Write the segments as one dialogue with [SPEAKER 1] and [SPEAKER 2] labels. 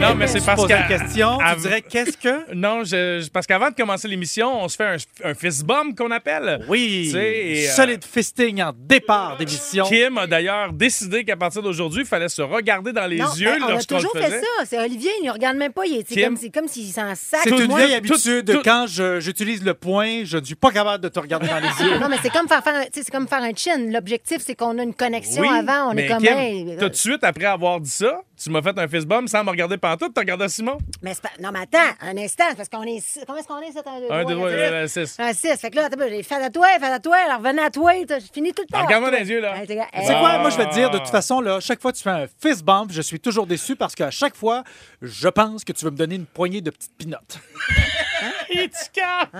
[SPEAKER 1] Non, mais c'est parce
[SPEAKER 2] Pose
[SPEAKER 1] que
[SPEAKER 2] la question, tu
[SPEAKER 1] av-
[SPEAKER 2] dirais qu'est-ce que
[SPEAKER 1] Non, je, je- parce qu'avant de commencer l'émission, on se fait un, un fist bump qu'on appelle.
[SPEAKER 2] Oui,
[SPEAKER 1] Tu sais, et, euh,
[SPEAKER 2] solide fisting en départ d'émission.
[SPEAKER 1] Kim a d'ailleurs décidé qu'à partir d'aujourd'hui, il fallait se regarder dans les
[SPEAKER 3] Non,
[SPEAKER 1] yeux
[SPEAKER 3] ben, on a
[SPEAKER 1] lorsqu'on le
[SPEAKER 3] toujours fait
[SPEAKER 1] faisait.
[SPEAKER 3] ça. C'est Olivier, il ne regarde même pas. il est- C'est
[SPEAKER 1] Kim?
[SPEAKER 3] comme, c'est comme s'il s'en sac.
[SPEAKER 2] C'est une
[SPEAKER 1] Tout-
[SPEAKER 2] vieille
[SPEAKER 1] tout-
[SPEAKER 2] habitude.
[SPEAKER 1] tout-
[SPEAKER 2] Quand je- j'utilise le point, je ne suis pas capable de te regarder dans les yeux.
[SPEAKER 3] Non, mais c'est comme faire, faire, tu sais, c'est comme faire un chin. L'objectif, c'est qu'on a une connexion
[SPEAKER 1] Oui,
[SPEAKER 3] avant. On
[SPEAKER 1] mais
[SPEAKER 3] est comme.
[SPEAKER 1] Kim,
[SPEAKER 3] hey, euh,
[SPEAKER 1] tout de suite après avoir dit ça, tu m'as fait un fist bump sans me regarder pantoute, t'as regardé Simon.
[SPEAKER 3] euh, mais c'est pas- Non, mais attends, un instant. c'est Parce qu'on est. six- Comment est-ce qu'on est, cet un, deux,
[SPEAKER 1] Un,
[SPEAKER 3] trois,
[SPEAKER 1] deux,
[SPEAKER 3] quatre,
[SPEAKER 1] ouais,
[SPEAKER 3] cinq?
[SPEAKER 1] euh, six.
[SPEAKER 3] Un six. Fait que là, t'as fait à toi, fait à toi, alors revenez à toi. t'as- Je finis tout le temps.
[SPEAKER 1] Alors, regarde-moi
[SPEAKER 3] Toi.
[SPEAKER 1] dans les yeux, là.
[SPEAKER 3] Ouais, t'es- hey,
[SPEAKER 2] Tu sais quoi? Moi, je vais te dire, de
[SPEAKER 1] Ah.
[SPEAKER 2] toute façon, là, chaque fois que tu fais un fist bump, je suis toujours déçu parce qu'à chaque fois, je pense que tu veux me donner une poignée de petites pinottes.
[SPEAKER 1] Et tu capes!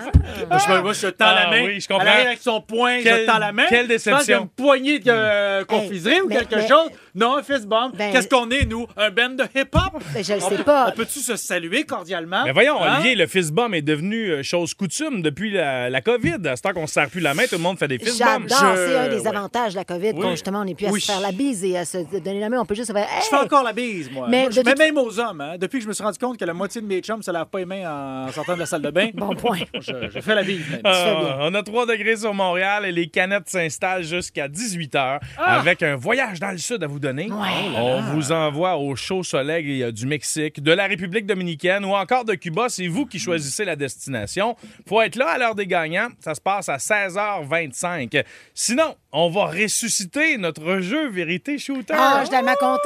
[SPEAKER 2] Moi, je, me- moi, je tends
[SPEAKER 1] Ah
[SPEAKER 2] la main.
[SPEAKER 1] oui, je comprends.
[SPEAKER 2] Elle arrive avec son poing,
[SPEAKER 1] Quelle-
[SPEAKER 2] je tends la main.
[SPEAKER 1] quelle déception.
[SPEAKER 2] Je pense qu'il y a une poignée de euh, confiserie ou
[SPEAKER 3] mais-
[SPEAKER 2] quelque
[SPEAKER 3] mais-
[SPEAKER 2] chose. Non, un fist bump.
[SPEAKER 3] Ben-
[SPEAKER 2] Qu'est-ce qu'on est, nous? Un band de hip-hop?
[SPEAKER 3] Ben, je le
[SPEAKER 2] On
[SPEAKER 3] sais
[SPEAKER 2] peut-
[SPEAKER 3] pas.
[SPEAKER 2] On peut-tu se saluer cordialement?
[SPEAKER 1] Mais voyons,
[SPEAKER 2] Hein?
[SPEAKER 1] Olivier, le fist bump est devenu euh, chose coutume depuis la, la COVID. À ce temps qu'on ne se serre plus la main, tout le monde fait des fist bumps.
[SPEAKER 3] J'adore,
[SPEAKER 2] Je-
[SPEAKER 3] c'est un des
[SPEAKER 2] ouais.
[SPEAKER 3] avantages de la COVID,
[SPEAKER 1] Oui.
[SPEAKER 3] quand justement on n'est plus à
[SPEAKER 2] Oui.
[SPEAKER 3] se faire la bise et à se donner la main. On peut juste faire. Hey!
[SPEAKER 2] Je fais encore la bise, moi.
[SPEAKER 3] Mais
[SPEAKER 2] Moi, je
[SPEAKER 3] de
[SPEAKER 2] mets
[SPEAKER 3] toute-
[SPEAKER 2] même aux hommes. hein. Depuis que je me suis rendu compte que la moitié de mes chums se lavent pas les mains en sortant de la salle de bain,
[SPEAKER 3] Bon point.
[SPEAKER 2] je, je fais la bise. même.
[SPEAKER 1] Ah, on a 3 degrés sur Montréal et les canettes s'installent jusqu'à 18 h
[SPEAKER 3] Ah.
[SPEAKER 1] avec un voyage dans le sud à vous donner. On vous envoie au chaud soleil euh, du Mexique, de la République dominicaine ou encore de Cuba. C'est vous
[SPEAKER 3] Mm.
[SPEAKER 1] qui choisissez la destination. Faut être là à l'heure des gagnants. Ça se passe à 16h25. Sinon, on va ressusciter notre jeu Vérité Shooter.
[SPEAKER 3] Ah, je suis tellement contente!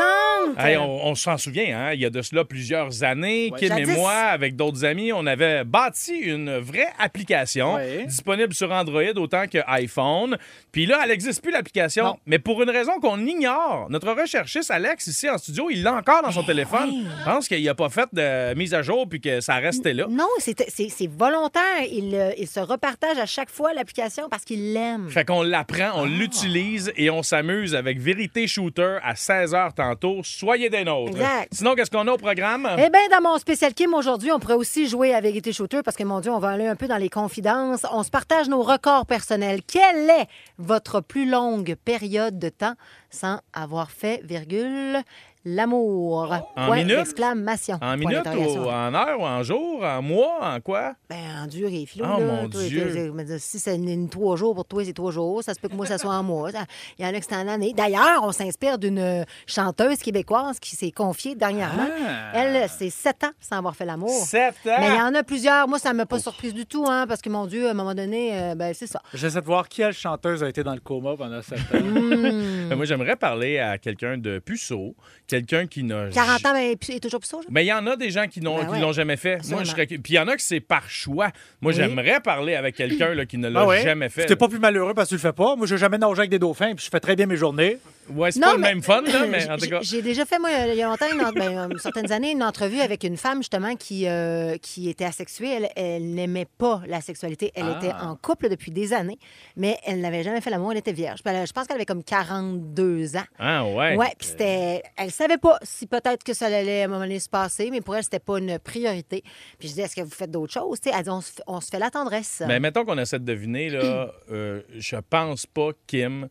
[SPEAKER 1] Hey, on on s'en souvient, hein, il y a de cela plusieurs années, Kim et
[SPEAKER 3] Jadis.
[SPEAKER 1] moi, avec d'autres amis, on avait bâti une vraie application
[SPEAKER 2] Ouais.
[SPEAKER 1] disponible sur Android autant que iPhone. Puis là, elle n'existe plus l'application,
[SPEAKER 2] Non.
[SPEAKER 1] mais pour une raison qu'on ignore. Notre recherchiste Alex, ici en studio, il l'a encore dans son téléphone. Je pense qu'il n'a pas fait de mise à jour puis que ça restait là.
[SPEAKER 3] Non, c'est c'est- c'est volontaire. Il, euh, il se repartage à chaque fois l'application parce qu'il l'aime.
[SPEAKER 1] Fait qu'on l'apprend,
[SPEAKER 3] Ah.
[SPEAKER 1] on l'utilise et on s'amuse avec Vérité Shooter à 16h tantôt. Soyez des nôtres.
[SPEAKER 3] Exact.
[SPEAKER 1] Sinon, qu'est-ce qu'on a au programme?
[SPEAKER 3] Eh bien, dans mon spécial Kim aujourd'hui, on pourrait aussi jouer à Vérité Shooter parce que, mon Dieu, on va aller un peu dans les confidences. On se partage nos records personnels. Quelle est votre plus longue période de temps sans avoir fait, virgule, l'amour?
[SPEAKER 1] En
[SPEAKER 3] Point
[SPEAKER 1] minutes?
[SPEAKER 3] d'exclamation.
[SPEAKER 1] En
[SPEAKER 3] Point
[SPEAKER 1] minute
[SPEAKER 3] d'interrogation.
[SPEAKER 1] ou en heure ou en jour, en mois, en quoi?
[SPEAKER 3] Ben, en durée, Philo.
[SPEAKER 1] Ah,
[SPEAKER 3] là,
[SPEAKER 1] mon
[SPEAKER 3] toi,
[SPEAKER 1] Dieu.
[SPEAKER 3] t'es- mais de- si c'est une- une trois jours pour toi, c'est trois jours. Ça se peut que moi, ça soit en mois. Ça- Il y en a que c'est en année. D'ailleurs, on s'inspire d'une chanteuse québécoise qui s'est confiée dernièrement.
[SPEAKER 2] Ah.
[SPEAKER 3] Elle, c'est sept ans sans avoir fait l'amour.
[SPEAKER 1] Ah! Sept ans?
[SPEAKER 3] Oh. Mais il y en a plusieurs. Moi, ça ne m'a pas surprise du tout, hein, parce que, mon Dieu, à un moment donné, euh, ben, c'est ça.
[SPEAKER 2] J'essaie de voir quelle chanteuse a été dans le coma pendant cette ans.
[SPEAKER 1] Ben, moi, j'aimerais parler à quelqu'un de puceau, quelqu'un qui n'a...
[SPEAKER 3] 40 ans, ben, puis- est toujours plus ça,
[SPEAKER 1] Mais il y en a des gens qui n'ont
[SPEAKER 3] Ben
[SPEAKER 1] qui
[SPEAKER 3] ouais.
[SPEAKER 1] l'ont jamais fait. Moi, je
[SPEAKER 3] Absolument.
[SPEAKER 1] serais- Puis il y en a que c'est par choix. Moi, j'aimerais parler avec quelqu'un là, qui ne l'a jamais fait.
[SPEAKER 2] T'es Ah pas plus malheureux parce que tu le fais pas. Moi, j'ai jamais nagé avec des dauphins puis je fais très bien mes journées.
[SPEAKER 1] Ouais, c'est
[SPEAKER 3] Non,
[SPEAKER 1] pas le
[SPEAKER 3] mais-
[SPEAKER 1] même fun, là, mais en tout cas...
[SPEAKER 3] J'ai j'ai déjà fait, moi, il y a longtemps, une, en- ben, euh, certaines années, une entrevue avec une femme, justement, qui, euh, qui était asexuée. Elle, elle n'aimait pas la sexualité. Elle était
[SPEAKER 1] Ah.
[SPEAKER 3] en couple depuis des années, mais elle n'avait jamais fait l'amour. Elle était vierge. Puis elle- je pense qu'elle avait comme 42 ans.
[SPEAKER 1] Ah ouais.
[SPEAKER 3] Ouais, puis c'était. Elle savait pas si peut-être que ça allait à un moment donné se passer, mais pour elle, c'était pas une priorité. Puis je dis, est-ce que vous faites d'autres choses? Tu sais, elle dit, on se fait, on se fait la tendresse.
[SPEAKER 1] Mais mettons qu'on essaie de deviner, là, euh, je pense pas, Kim,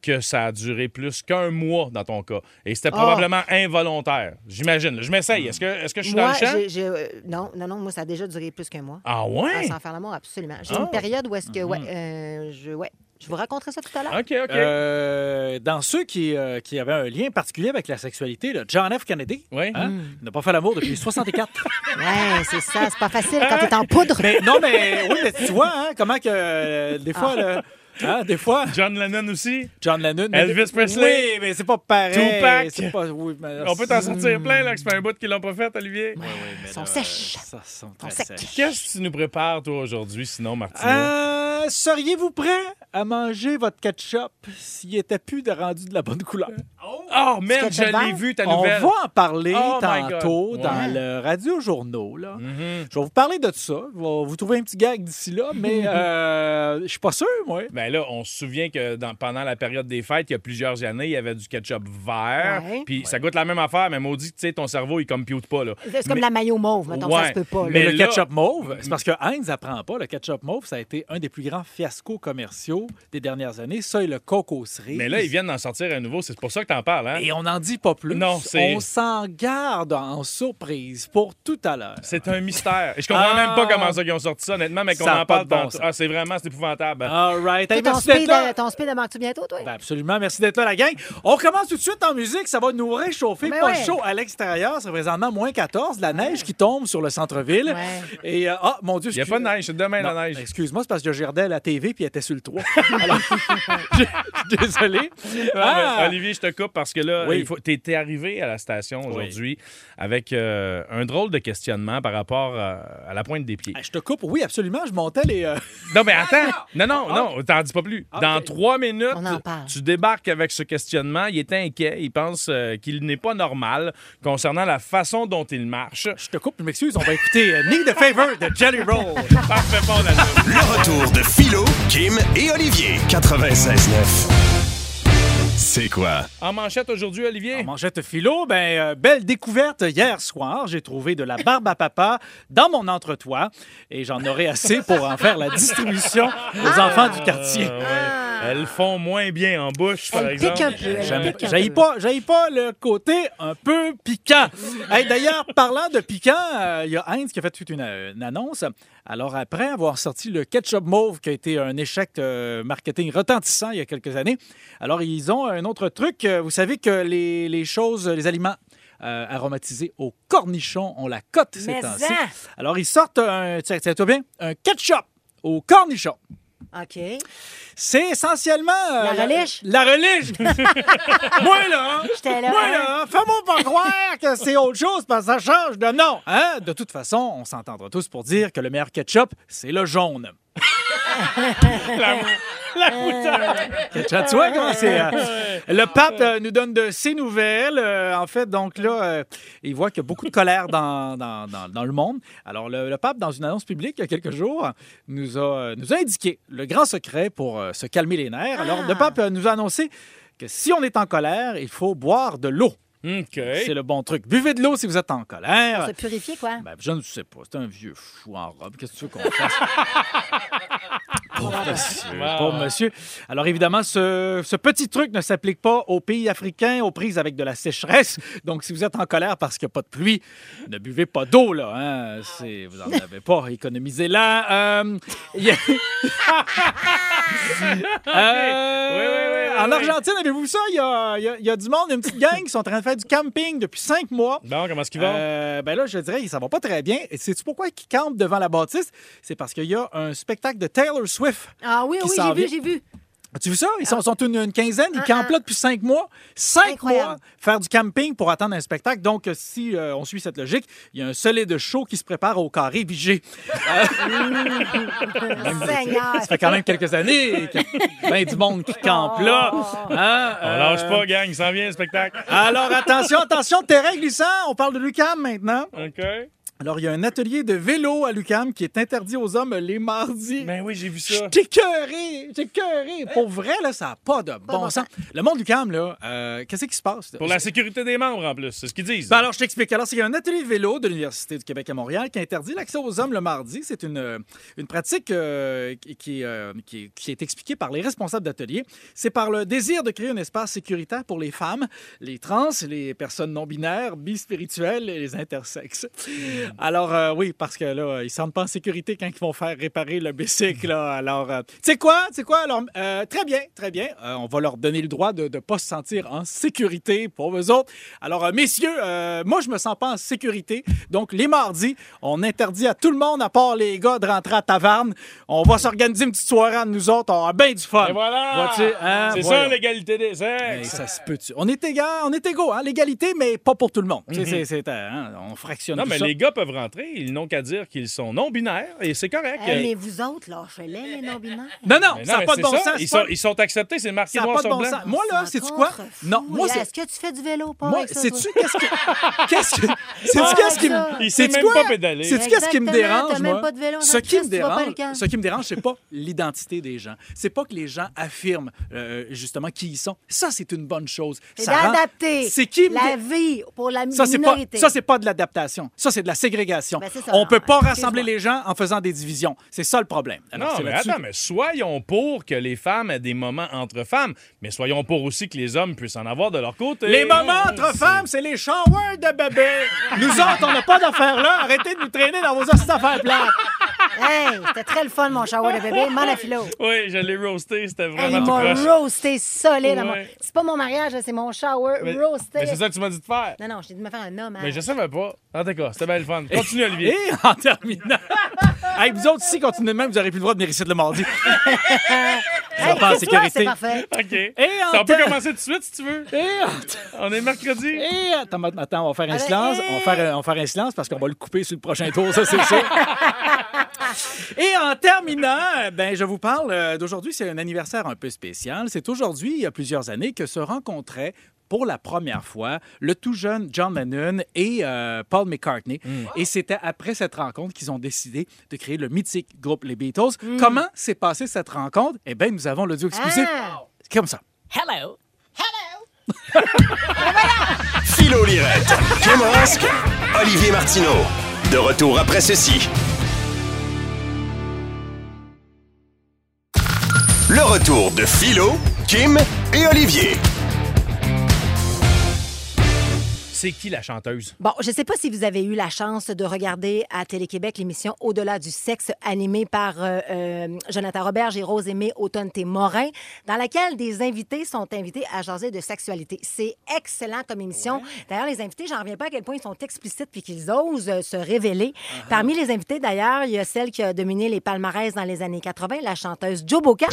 [SPEAKER 1] que ça a duré plus qu'un mois dans ton cas. Et
[SPEAKER 3] Ah.
[SPEAKER 1] c'était probablement involontaire, j'imagine. là. Je m'essaye. Est-ce que, est que je suis dans
[SPEAKER 3] moi,
[SPEAKER 1] le champ?
[SPEAKER 3] j'ai- j'ai, euh, non, non, non, moi, ça a déjà duré plus qu'un mois.
[SPEAKER 1] Ah
[SPEAKER 2] Hein?
[SPEAKER 1] ouais?
[SPEAKER 3] Ah, sans faire l'amour, absolument. J'ai
[SPEAKER 1] Ah.
[SPEAKER 3] une période où est-ce que, ouais,
[SPEAKER 2] Mm-hmm.
[SPEAKER 3] euh, je, ouais, je vous raconterai ça tout à l'heure.
[SPEAKER 1] OK, OK.
[SPEAKER 2] Euh, dans ceux qui, euh, qui avaient un lien particulier avec la sexualité, là, John F. Kennedy
[SPEAKER 1] Oui.
[SPEAKER 2] hein,
[SPEAKER 3] Mm.
[SPEAKER 2] n'a pas fait l'amour depuis 64.
[SPEAKER 3] Ouais, c'est ça, c'est pas facile quand t'es en poudre.
[SPEAKER 2] mais non, mais oui, mais tu vois hein, comment que euh, des
[SPEAKER 1] Ah.
[SPEAKER 2] fois, là, hein, des fois,
[SPEAKER 1] John Lennon aussi?
[SPEAKER 2] John Lennon.
[SPEAKER 1] Elvis
[SPEAKER 2] mais-
[SPEAKER 1] Presley.
[SPEAKER 2] Oui, mais c'est pas pareil.
[SPEAKER 1] Tupac.
[SPEAKER 2] C'est pas- oui, mais-
[SPEAKER 1] On peut t'en sortir plein, là, que c'est un bout qu'ils l'ont pas fait, Olivier.
[SPEAKER 3] Ils sont sèches.
[SPEAKER 2] Ça, ça sent
[SPEAKER 3] On
[SPEAKER 2] très
[SPEAKER 3] sec.
[SPEAKER 2] sec.
[SPEAKER 1] Qu'est-ce que tu nous prépares, toi, aujourd'hui, sinon, Martine?
[SPEAKER 2] Euh, Seriez-vous prêt à manger votre ketchup s'il était plus de rendu de la bonne couleur?
[SPEAKER 1] Oh, man,
[SPEAKER 3] que
[SPEAKER 1] je
[SPEAKER 3] t'es
[SPEAKER 1] l'ai
[SPEAKER 3] vert?
[SPEAKER 1] vu, ta
[SPEAKER 2] On
[SPEAKER 1] nouvelle.
[SPEAKER 2] va en parler
[SPEAKER 1] Oh my God.
[SPEAKER 2] tantôt
[SPEAKER 1] Ouais. Mm-hmm.
[SPEAKER 2] dans le Radio Journaux. Là. Je vais vous parler de ça. Je vais vous trouver un petit gag d'ici là, mais euh, je suis pas sûr, moi.
[SPEAKER 1] Ben là, on se souvient que dans- pendant la période des fêtes, il y a plusieurs années, il y avait du ketchup vert.
[SPEAKER 3] Ouais.
[SPEAKER 1] Puis ça goûte la même affaire, mais maudit, tu sais, ton cerveau, il compute pas, là.
[SPEAKER 3] C'est comme la maillot mauve, mettons, ça
[SPEAKER 1] Ouais.
[SPEAKER 3] se peut pas. là.
[SPEAKER 1] Mais
[SPEAKER 2] le
[SPEAKER 1] là- Mm.
[SPEAKER 2] ketchup mauve, c'est parce que Heinz apprend pas. Le ketchup mauve, ça a été un des plus grands fiascos commerciaux des dernières années. Ça et le coco cerise.
[SPEAKER 1] Mais là, ils viennent d'en sortir à nouveau. C'est pour ça que t'en parles, hein?
[SPEAKER 2] Et on n'en dit pas plus.
[SPEAKER 1] Non, c'est-
[SPEAKER 2] on s'en garde en surprise pour tout à l'heure.
[SPEAKER 1] C'est un mystère. Et je comprends
[SPEAKER 2] Ah.
[SPEAKER 1] même pas comment ça qu'ils ont sorti ça, honnêtement, mais qu'on
[SPEAKER 2] Ça a
[SPEAKER 1] en
[SPEAKER 2] pas
[SPEAKER 1] parle
[SPEAKER 2] de bon
[SPEAKER 1] tantôt.
[SPEAKER 2] sens. Ah,
[SPEAKER 1] Ah, c'est vraiment, c'est épouvantable.
[SPEAKER 2] All right. Hey,
[SPEAKER 3] Toi, ton
[SPEAKER 2] merci d'être
[SPEAKER 3] speed,
[SPEAKER 2] là.
[SPEAKER 3] euh, ton speed, manque-tu bientôt, toi?
[SPEAKER 2] Ben absolument. Merci d'être là, la gang. On commence tout de suite en musique. Ça va nous réchauffer.
[SPEAKER 3] Mais
[SPEAKER 2] pas
[SPEAKER 3] Ben ouais. Ah.
[SPEAKER 2] chaud à l'extérieur. C'est présentement moins 14. La neige qui tombe sur le centre-ville.
[SPEAKER 3] Ouais.
[SPEAKER 2] Et, euh, ah, mon Dieu.
[SPEAKER 1] Il n'y a
[SPEAKER 2] excuse-
[SPEAKER 1] pas de neige, c'est demain
[SPEAKER 2] Non,
[SPEAKER 1] la neige.
[SPEAKER 2] Excuse-moi, c'est parce que je regardais la TV puis elle était sur le toit. Alors, je- je- Désolé.
[SPEAKER 1] Ah, mais
[SPEAKER 2] Ah!
[SPEAKER 1] Olivier, je te coupe parce que là,
[SPEAKER 2] Oui.
[SPEAKER 1] il faut- t'es t'es arrivé à la station aujourd'hui avec euh, un drôle de questionnement par rapport euh, à la pointe des pieds.
[SPEAKER 2] Ah, Je te coupe. Oui, absolument. Je montais les. euh,
[SPEAKER 1] Non, mais attends! Non, non, non, t'en dis pas plus.
[SPEAKER 2] Ah,
[SPEAKER 1] Dans
[SPEAKER 2] ok.
[SPEAKER 1] trois minutes,
[SPEAKER 3] On en parle.
[SPEAKER 1] tu débarques avec ce questionnement. Il est inquiet. Il pense euh, qu'il n'est pas normal concernant la façon dont il marche.
[SPEAKER 2] Je te coupe. Je m'excuse. On va écouter euh, Need a Favor de Jelly Roll.
[SPEAKER 1] Parfait, bon, là.
[SPEAKER 4] Le retour de Philo, Kim et Olivier. 96.9. C'est quoi?
[SPEAKER 1] En manchette aujourd'hui, Olivier?
[SPEAKER 2] En manchette philo, ben, euh, belle découverte hier soir. J'ai trouvé de la barbe à papa dans mon entretoit et j'en aurai assez pour en faire la distribution aux enfants du quartier.
[SPEAKER 1] Euh, ouais. Elles font moins bien en bouche, par
[SPEAKER 3] Elle
[SPEAKER 1] exemple.
[SPEAKER 3] pique un peu. elle
[SPEAKER 2] J'aime-
[SPEAKER 3] pique un
[SPEAKER 2] J'haïs
[SPEAKER 3] peu.
[SPEAKER 2] pas, j'haïs pas le côté un peu piquant. Hey, D'ailleurs, parlant de piquant, euh, il y a Heinz qui a fait toute une, euh, une annonce. Alors, après avoir sorti le ketchup mauve, qui a été un échec euh, marketing retentissant il y a quelques années, alors ils ont un autre truc. Euh, Vous savez que les, les choses, les aliments euh, aromatisés au cornichon, on la cote ces
[SPEAKER 3] Mais hein?
[SPEAKER 2] temps-ci.
[SPEAKER 3] en!
[SPEAKER 2] Alors, ils sortent un, tiens, tiens-toi bien, un ketchup au cornichon.
[SPEAKER 3] OK.
[SPEAKER 2] C'est essentiellement. euh,
[SPEAKER 3] La relish?
[SPEAKER 2] La, relish! Moi, là! hein,
[SPEAKER 3] J'étais là,
[SPEAKER 2] Moi,
[SPEAKER 3] hein.
[SPEAKER 2] là! hein, Fais-moi pas croire que c'est autre chose parce que ça change de nom! Hein? De toute façon, on s'entendra tous pour dire que le meilleur ketchup, c'est le jaune. Ketchup, tu vois comment c'est. hein? Le pape euh, nous donne de ses nouvelles. Euh, en fait, donc là, euh, il voit qu'il y a beaucoup de colère dans, dans, dans- dans le monde. Alors, le, le pape, dans une annonce publique il y a quelques jours, nous a, euh, nous a indiqué le grand secret pour euh, se calmer les nerfs. Alors, le pape euh, nous a annoncé que si on est en colère, il faut boire de l'eau.
[SPEAKER 1] OK.
[SPEAKER 2] C'est le bon truc. Buvez de l'eau si vous êtes en colère.
[SPEAKER 3] Se purifier,
[SPEAKER 1] Hein?
[SPEAKER 3] quoi.
[SPEAKER 2] Ah. Ben, je ne sais pas. C'est un vieux fou en robe. Qu'est-ce que tu veux qu'on fasse? Pauvre monsieur,
[SPEAKER 1] Wow.
[SPEAKER 2] pauvre monsieur. Alors, évidemment, ce, ce petit truc ne s'applique pas aux pays africains aux prises avec de la sécheresse. Donc, si vous êtes en colère parce qu'il n'y a pas de pluie, ne buvez pas d'eau, là. hein. C'est- Vous n'en avez pas. Économisez-la. Euh, il y a- Euh,
[SPEAKER 1] Oui, oui, oui, oui,
[SPEAKER 2] en
[SPEAKER 1] oui.
[SPEAKER 2] Argentine, avez-vous vu ça? Il y, a, il y a- il y a du monde, une petite gang qui sont en train de faire du camping depuis cinq mois.
[SPEAKER 1] Bon, comment est-ce qu'il va?
[SPEAKER 2] Euh, ben là, je dirais, ça va pas très bien. Et sais-tu pourquoi ils campent devant la bâtisse? C'est parce qu'il y a un spectacle de Taylor Swift.
[SPEAKER 3] Ah oui,
[SPEAKER 2] Qui
[SPEAKER 3] oui,
[SPEAKER 2] s'en
[SPEAKER 3] j'ai vu,
[SPEAKER 2] vient.
[SPEAKER 3] j'ai vu.
[SPEAKER 2] As-tu vu ça? Ils sont, sont une, une quinzaine, ils
[SPEAKER 3] Ah,
[SPEAKER 2] campent
[SPEAKER 3] ah.
[SPEAKER 2] là depuis cinq mois. Cinq
[SPEAKER 3] Incroyable.
[SPEAKER 2] mois, faire du camping pour attendre un spectacle. Donc, euh, si euh, on suit cette logique, il y a un solide show qui se prépare au carré vigé.
[SPEAKER 3] Ah, Seigneur.
[SPEAKER 2] Ça fait quand même quelques années qu'il y a bien du monde qui campe là. Hein?
[SPEAKER 1] On
[SPEAKER 2] Euh,
[SPEAKER 1] lâche pas, gang. Il s'en vient, le spectacle.
[SPEAKER 2] Alors, attention, attention, terrain glissant. On parle de Lucam maintenant.
[SPEAKER 1] OK.
[SPEAKER 2] Alors, il y a un atelier de vélo à Lucam qui est interdit aux hommes les mardis.
[SPEAKER 1] Ben oui, j'ai vu
[SPEAKER 2] Je
[SPEAKER 1] ça.
[SPEAKER 2] t'ai écoeuré, je t'ai écoeuré. Pour vrai, là, ça n'a pas de bon
[SPEAKER 3] bon
[SPEAKER 2] sens. Le monde du CAM, là, euh, qu'est-ce qui se passe?
[SPEAKER 1] Pour la sécurité des membres, en plus. C'est ce qu'ils disent.
[SPEAKER 2] Ben alors, je t'explique. Alors, il y a un atelier de vélo de l'Université du Québec à Montréal qui interdit l'accès aux hommes le mardi. C'est une, euh, une pratique euh, qui- qui, est, euh, qui, est- qui est expliquée par les responsables d'ateliers. C'est par le désir de créer un espace sécuritaire pour les femmes, les trans, les personnes non-binaires, bispirituelles et les intersexes. Alors, euh, oui, parce que là, ils ne sentent pas en sécurité quand ils vont faire réparer le bicycle. là. Alors, euh, tu sais quoi? Tu sais quoi? Alors, euh, très bien, très bien. Euh, on va leur donner le droit de ne pas se sentir en sécurité pour eux autres. Alors, euh, messieurs, euh, moi, je me sens pas en sécurité. Donc, les mardis, on interdit à tout le monde, à part les gars, de rentrer à taverne. On va s'organiser une petite soirée entre nous autres. On aura bien du fun.
[SPEAKER 1] Et voilà!
[SPEAKER 2] Vois-tu, hein,
[SPEAKER 1] c'est
[SPEAKER 2] voilà.
[SPEAKER 1] ça, l'égalité des
[SPEAKER 2] Hey,
[SPEAKER 1] sexes.
[SPEAKER 2] ça se peut On est égaux, on est égaux, hein? L'égalité, mais pas pour tout le monde. Tu sais, c'est- c'est, euh, hein, on fractionne
[SPEAKER 1] Mm-hmm. Non,
[SPEAKER 2] tout
[SPEAKER 1] mais
[SPEAKER 2] ça.
[SPEAKER 1] les gars peuvent rentrer. Ils n'ont qu'à dire qu'ils sont non-binaires et c'est correct.
[SPEAKER 3] Hey, mais vous autres, là, je les non-binaires.
[SPEAKER 2] Non, non,
[SPEAKER 1] Mais
[SPEAKER 2] ça n'a
[SPEAKER 1] mais
[SPEAKER 2] pas de
[SPEAKER 1] c'est
[SPEAKER 2] bon
[SPEAKER 1] ça.
[SPEAKER 2] sens. c'est
[SPEAKER 1] Ils
[SPEAKER 2] pas-
[SPEAKER 1] sont, ils sont acceptés, c'est marqué
[SPEAKER 2] Ça n'a
[SPEAKER 1] noir
[SPEAKER 2] pas de
[SPEAKER 1] sur
[SPEAKER 2] bon
[SPEAKER 1] blanc.
[SPEAKER 2] sens. Moi, là,
[SPEAKER 3] c'est
[SPEAKER 2] c'est-tu quoi? Non, moi, c'est.
[SPEAKER 3] Est-ce que tu fais du vélo pas
[SPEAKER 2] Moi,
[SPEAKER 3] avec Ah, ça,
[SPEAKER 2] sais-tu
[SPEAKER 3] toi?
[SPEAKER 2] qu'est-ce que. Qu'est-ce que. Sais-tu qu'est-ce qui
[SPEAKER 3] ça.
[SPEAKER 2] me.
[SPEAKER 1] Il sait
[SPEAKER 2] sais-tu
[SPEAKER 1] même
[SPEAKER 2] quoi?
[SPEAKER 1] pas pédaler.
[SPEAKER 2] Sais-tu qu'est-ce qui me
[SPEAKER 3] Exactement, t'as
[SPEAKER 2] dérange,
[SPEAKER 3] même
[SPEAKER 2] moi?
[SPEAKER 3] pas de vélo,
[SPEAKER 2] Ce
[SPEAKER 3] Jean-Christ,
[SPEAKER 2] qui me
[SPEAKER 3] tu vas pas
[SPEAKER 2] dérange,
[SPEAKER 3] le camp.
[SPEAKER 2] ce qui me dérange, c'est pas l'identité des gens. C'est pas que les gens affirment, euh, justement, qui ils sont. Ça, c'est une bonne chose.
[SPEAKER 3] C'est
[SPEAKER 2] Ça rend-
[SPEAKER 3] d'adapter
[SPEAKER 2] C'est qui me dé-
[SPEAKER 3] la vie pour la
[SPEAKER 2] ça, c'est pas,
[SPEAKER 3] minorité.
[SPEAKER 2] ça, c'est pas de l'adaptation. Ça, c'est de la ségrégation.
[SPEAKER 3] Ben, c'est ça.
[SPEAKER 2] On peut pas
[SPEAKER 3] Excuse-moi.
[SPEAKER 2] rassembler les gens en faisant des divisions. C'est ça le problème. Alors,
[SPEAKER 1] Non,
[SPEAKER 2] c'est
[SPEAKER 1] mais
[SPEAKER 2] là-dessus-
[SPEAKER 1] attends, mais soyons pour que les femmes aient des moments entre femmes, mais soyons pour aussi que les hommes puissent en avoir de leur côté.
[SPEAKER 2] Les moments entre
[SPEAKER 1] C'est-
[SPEAKER 2] femmes, c'est les showers de bébé. Nous autres, on n'a pas d'affaires là. Arrêtez de nous traîner dans vos hosties affaires plates.
[SPEAKER 3] Hey, c'était très le fun, mon shower de bébé. M'en philo.
[SPEAKER 1] Oui, je l'ai roasté, c'était
[SPEAKER 3] Hey,
[SPEAKER 1] vraiment
[SPEAKER 3] il m'a
[SPEAKER 1] proche.
[SPEAKER 3] roasté solide. à moi.
[SPEAKER 1] Ouais.
[SPEAKER 3] C'est pas mon mariage, c'est mon shower
[SPEAKER 1] Mais,
[SPEAKER 3] roasté.
[SPEAKER 1] mais c'est ça que tu m'as dit de faire.
[SPEAKER 3] Non, non, j'ai dit de me faire un homme.
[SPEAKER 1] Mais
[SPEAKER 3] hein.
[SPEAKER 1] je savais pas. En tout cas, c'était bien le fun. Continue, Olivier.
[SPEAKER 2] Et en terminant. hey, vous autres, si continuez de même, vous n'aurez plus le droit de venir ici le mardi.
[SPEAKER 3] Hey,
[SPEAKER 2] Ça va pas en
[SPEAKER 3] c'est toi,
[SPEAKER 2] sécurité.
[SPEAKER 3] C'est parfait.
[SPEAKER 1] OK.
[SPEAKER 2] en
[SPEAKER 1] Ça, on peut
[SPEAKER 2] ter-
[SPEAKER 1] commencer tout de suite, si tu veux.
[SPEAKER 2] Et en ter-
[SPEAKER 1] On est mercredi.
[SPEAKER 2] Et Eh, attends, attends, attends, on va faire un
[SPEAKER 3] Allez,
[SPEAKER 2] silence.
[SPEAKER 3] et-
[SPEAKER 2] On va faire, un- on va faire un silence parce qu'on va le couper sur le prochain tour, ça, c'est sûr. Et en terminant, euh, ben, je vous parle euh, d'aujourd'hui. C'est un anniversaire un peu spécial. C'est aujourd'hui, il y a plusieurs années, que se rencontraient pour la première fois, le tout jeune John Lennon et euh, Paul McCartney.
[SPEAKER 3] Mm.
[SPEAKER 2] Et c'était après cette rencontre qu'ils ont décidé de créer le mythique groupe Les Beatles.
[SPEAKER 3] Mm.
[SPEAKER 2] Comment s'est passée cette rencontre? Eh bien, nous avons l'audio exclusif.
[SPEAKER 3] Ah.
[SPEAKER 2] C'est Comme ça.
[SPEAKER 5] Hello.
[SPEAKER 4] Philo Lirette, Kim Rosk, Olivier Martineau. De retour après ceci. Le retour de Philo, Kim et Olivier.
[SPEAKER 1] C'est qui la chanteuse?
[SPEAKER 3] Bon, je ne sais pas si vous avez eu la chance de regarder à Télé-Québec l'émission Au-delà du sexe animée par euh, euh, Jonathan Roberge et Rosemée Autonté Morin, dans laquelle des invités sont invités à jaser de sexualité. C'est excellent comme émission. D'ailleurs, les invités, j'en reviens pas à quel point ils sont explicites puis qu'ils osent euh, se révéler. Parmi les invités, d'ailleurs, il y a celle qui a dominé les palmarès dans les années 80, la chanteuse Joe Boca.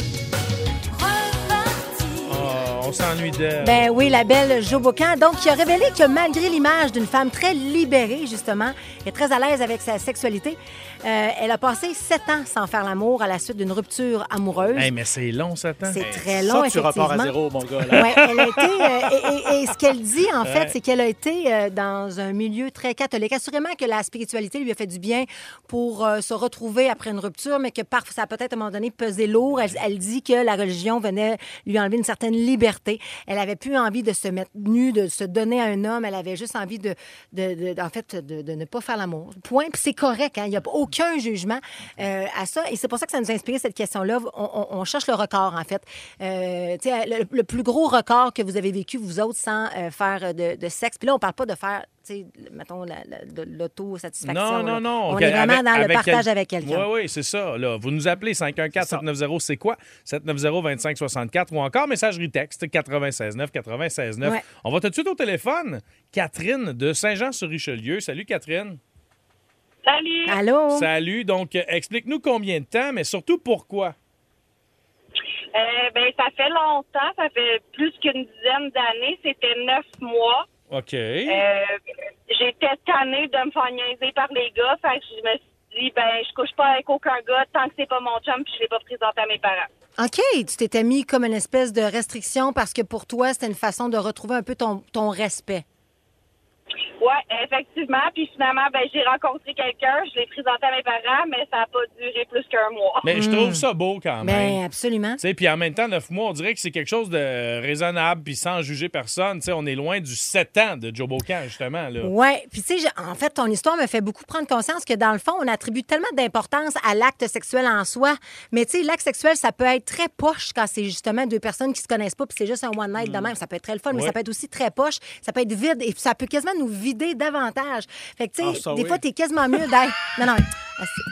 [SPEAKER 1] Oh, on s'ennuie d'elle.
[SPEAKER 3] Ben oui, la belle Jo Bocan, donc qui a révélé que malgré l'image d'une femme très libérée, justement, et très à l'aise avec sa sexualité, euh, elle a passé sept ans sans faire l'amour à la suite d'une rupture amoureuse.
[SPEAKER 1] Hey, mais c'est long, Satan.
[SPEAKER 3] C'est très
[SPEAKER 2] Ben, Ça,
[SPEAKER 3] long,
[SPEAKER 2] tu repars à
[SPEAKER 3] effectivement.
[SPEAKER 2] zéro, mon gars. là.
[SPEAKER 3] Ouais, elle a été, euh, et, et- et ce qu'elle dit, en fait, c'est qu'elle a été euh, dans un milieu très catholique. Assurément que la spiritualité lui a fait du bien pour euh, se retrouver après une rupture, mais que parfois, ça a peut-être à un moment donné pesé lourd. Elle, elle dit que la religion venait lui enlever une certaine liberté. Elle avait plus envie de se mettre nue, de se donner à un homme. Elle avait juste envie de, de- de- en fait, de, de ne pas faire l'amour. Point. Puis c'est correct. hein. Il n'y a aucun jugement euh, à ça. Et c'est pour ça que ça nous a inspiré cette question-là. On, on- on cherche le record, en fait. Euh, tu sais, le, le plus gros record que vous avez vécu, vous autres, sans euh, faire de, de sexe. Puis là, on parle pas de faire, tu sais, mettons, la- la- de l'auto-satisfaction.
[SPEAKER 1] Non, non,
[SPEAKER 3] là.
[SPEAKER 1] non.
[SPEAKER 3] On
[SPEAKER 1] Ok,
[SPEAKER 3] est vraiment
[SPEAKER 1] avec-
[SPEAKER 3] dans le
[SPEAKER 1] avec
[SPEAKER 3] partage
[SPEAKER 1] quel-
[SPEAKER 3] avec quelqu'un.
[SPEAKER 1] Oui, oui, c'est ça. Là. Vous nous appelez 514-790, c'est quoi? 790-2564 ou encore messagerie texte 96-9, 96-9.
[SPEAKER 3] Ouais.
[SPEAKER 1] On va tout de suite au téléphone. Catherine de Saint-Jean-sur-Richelieu. Salut, Catherine.
[SPEAKER 6] Salut!
[SPEAKER 3] Allô?
[SPEAKER 1] Salut. Donc, euh, explique-nous combien de temps, mais surtout pourquoi.
[SPEAKER 6] Euh, ben, ça fait longtemps, ça fait plus qu'une dizaine d'années, c'était neuf mois.
[SPEAKER 1] OK.
[SPEAKER 6] Euh, J'étais tannée de me faire niaiser par les gars, fait que je me suis dit, ben, je couche pas avec aucun gars tant que c'est pas mon chum puis je l'ai pas présenté à mes parents.
[SPEAKER 3] OK, tu t'étais mis comme une espèce de restriction parce que pour toi, c'était une façon de retrouver un peu ton, ton respect.
[SPEAKER 6] Ouais, effectivement, puis finalement, ben, j'ai rencontré quelqu'un, je l'ai présenté à mes parents, mais ça a pas duré plus qu'un mois.
[SPEAKER 1] Mais je trouve ça beau quand même.
[SPEAKER 3] hmm. Ben, absolument.
[SPEAKER 1] Tu sais, puis en même temps, 9 mois, on dirait que c'est quelque chose de raisonnable, puis sans juger personne. Tu sais, on est loin du 7 ans de Joe Bocan, justement. Là.
[SPEAKER 3] Ouais, puis tu sais, j'ai- en fait, ton histoire me fait beaucoup prendre conscience que dans le fond, on attribue tellement d'importance à l'acte sexuel en soi, mais tu sais, l'acte sexuel, ça peut être très poche quand c'est justement deux personnes qui se connaissent pas, puis c'est juste un one night
[SPEAKER 2] Mm.
[SPEAKER 3] de même, ça peut être très le fun, mais
[SPEAKER 1] Ouais.
[SPEAKER 3] ça peut être aussi très poche, ça peut être vide et ça peut quasiment nous vider davantage. Fait que tu sais,
[SPEAKER 2] Ah, ça,
[SPEAKER 3] des
[SPEAKER 2] oui. Ah,
[SPEAKER 3] fois, t'es quasiment mieux d'être. Non, non.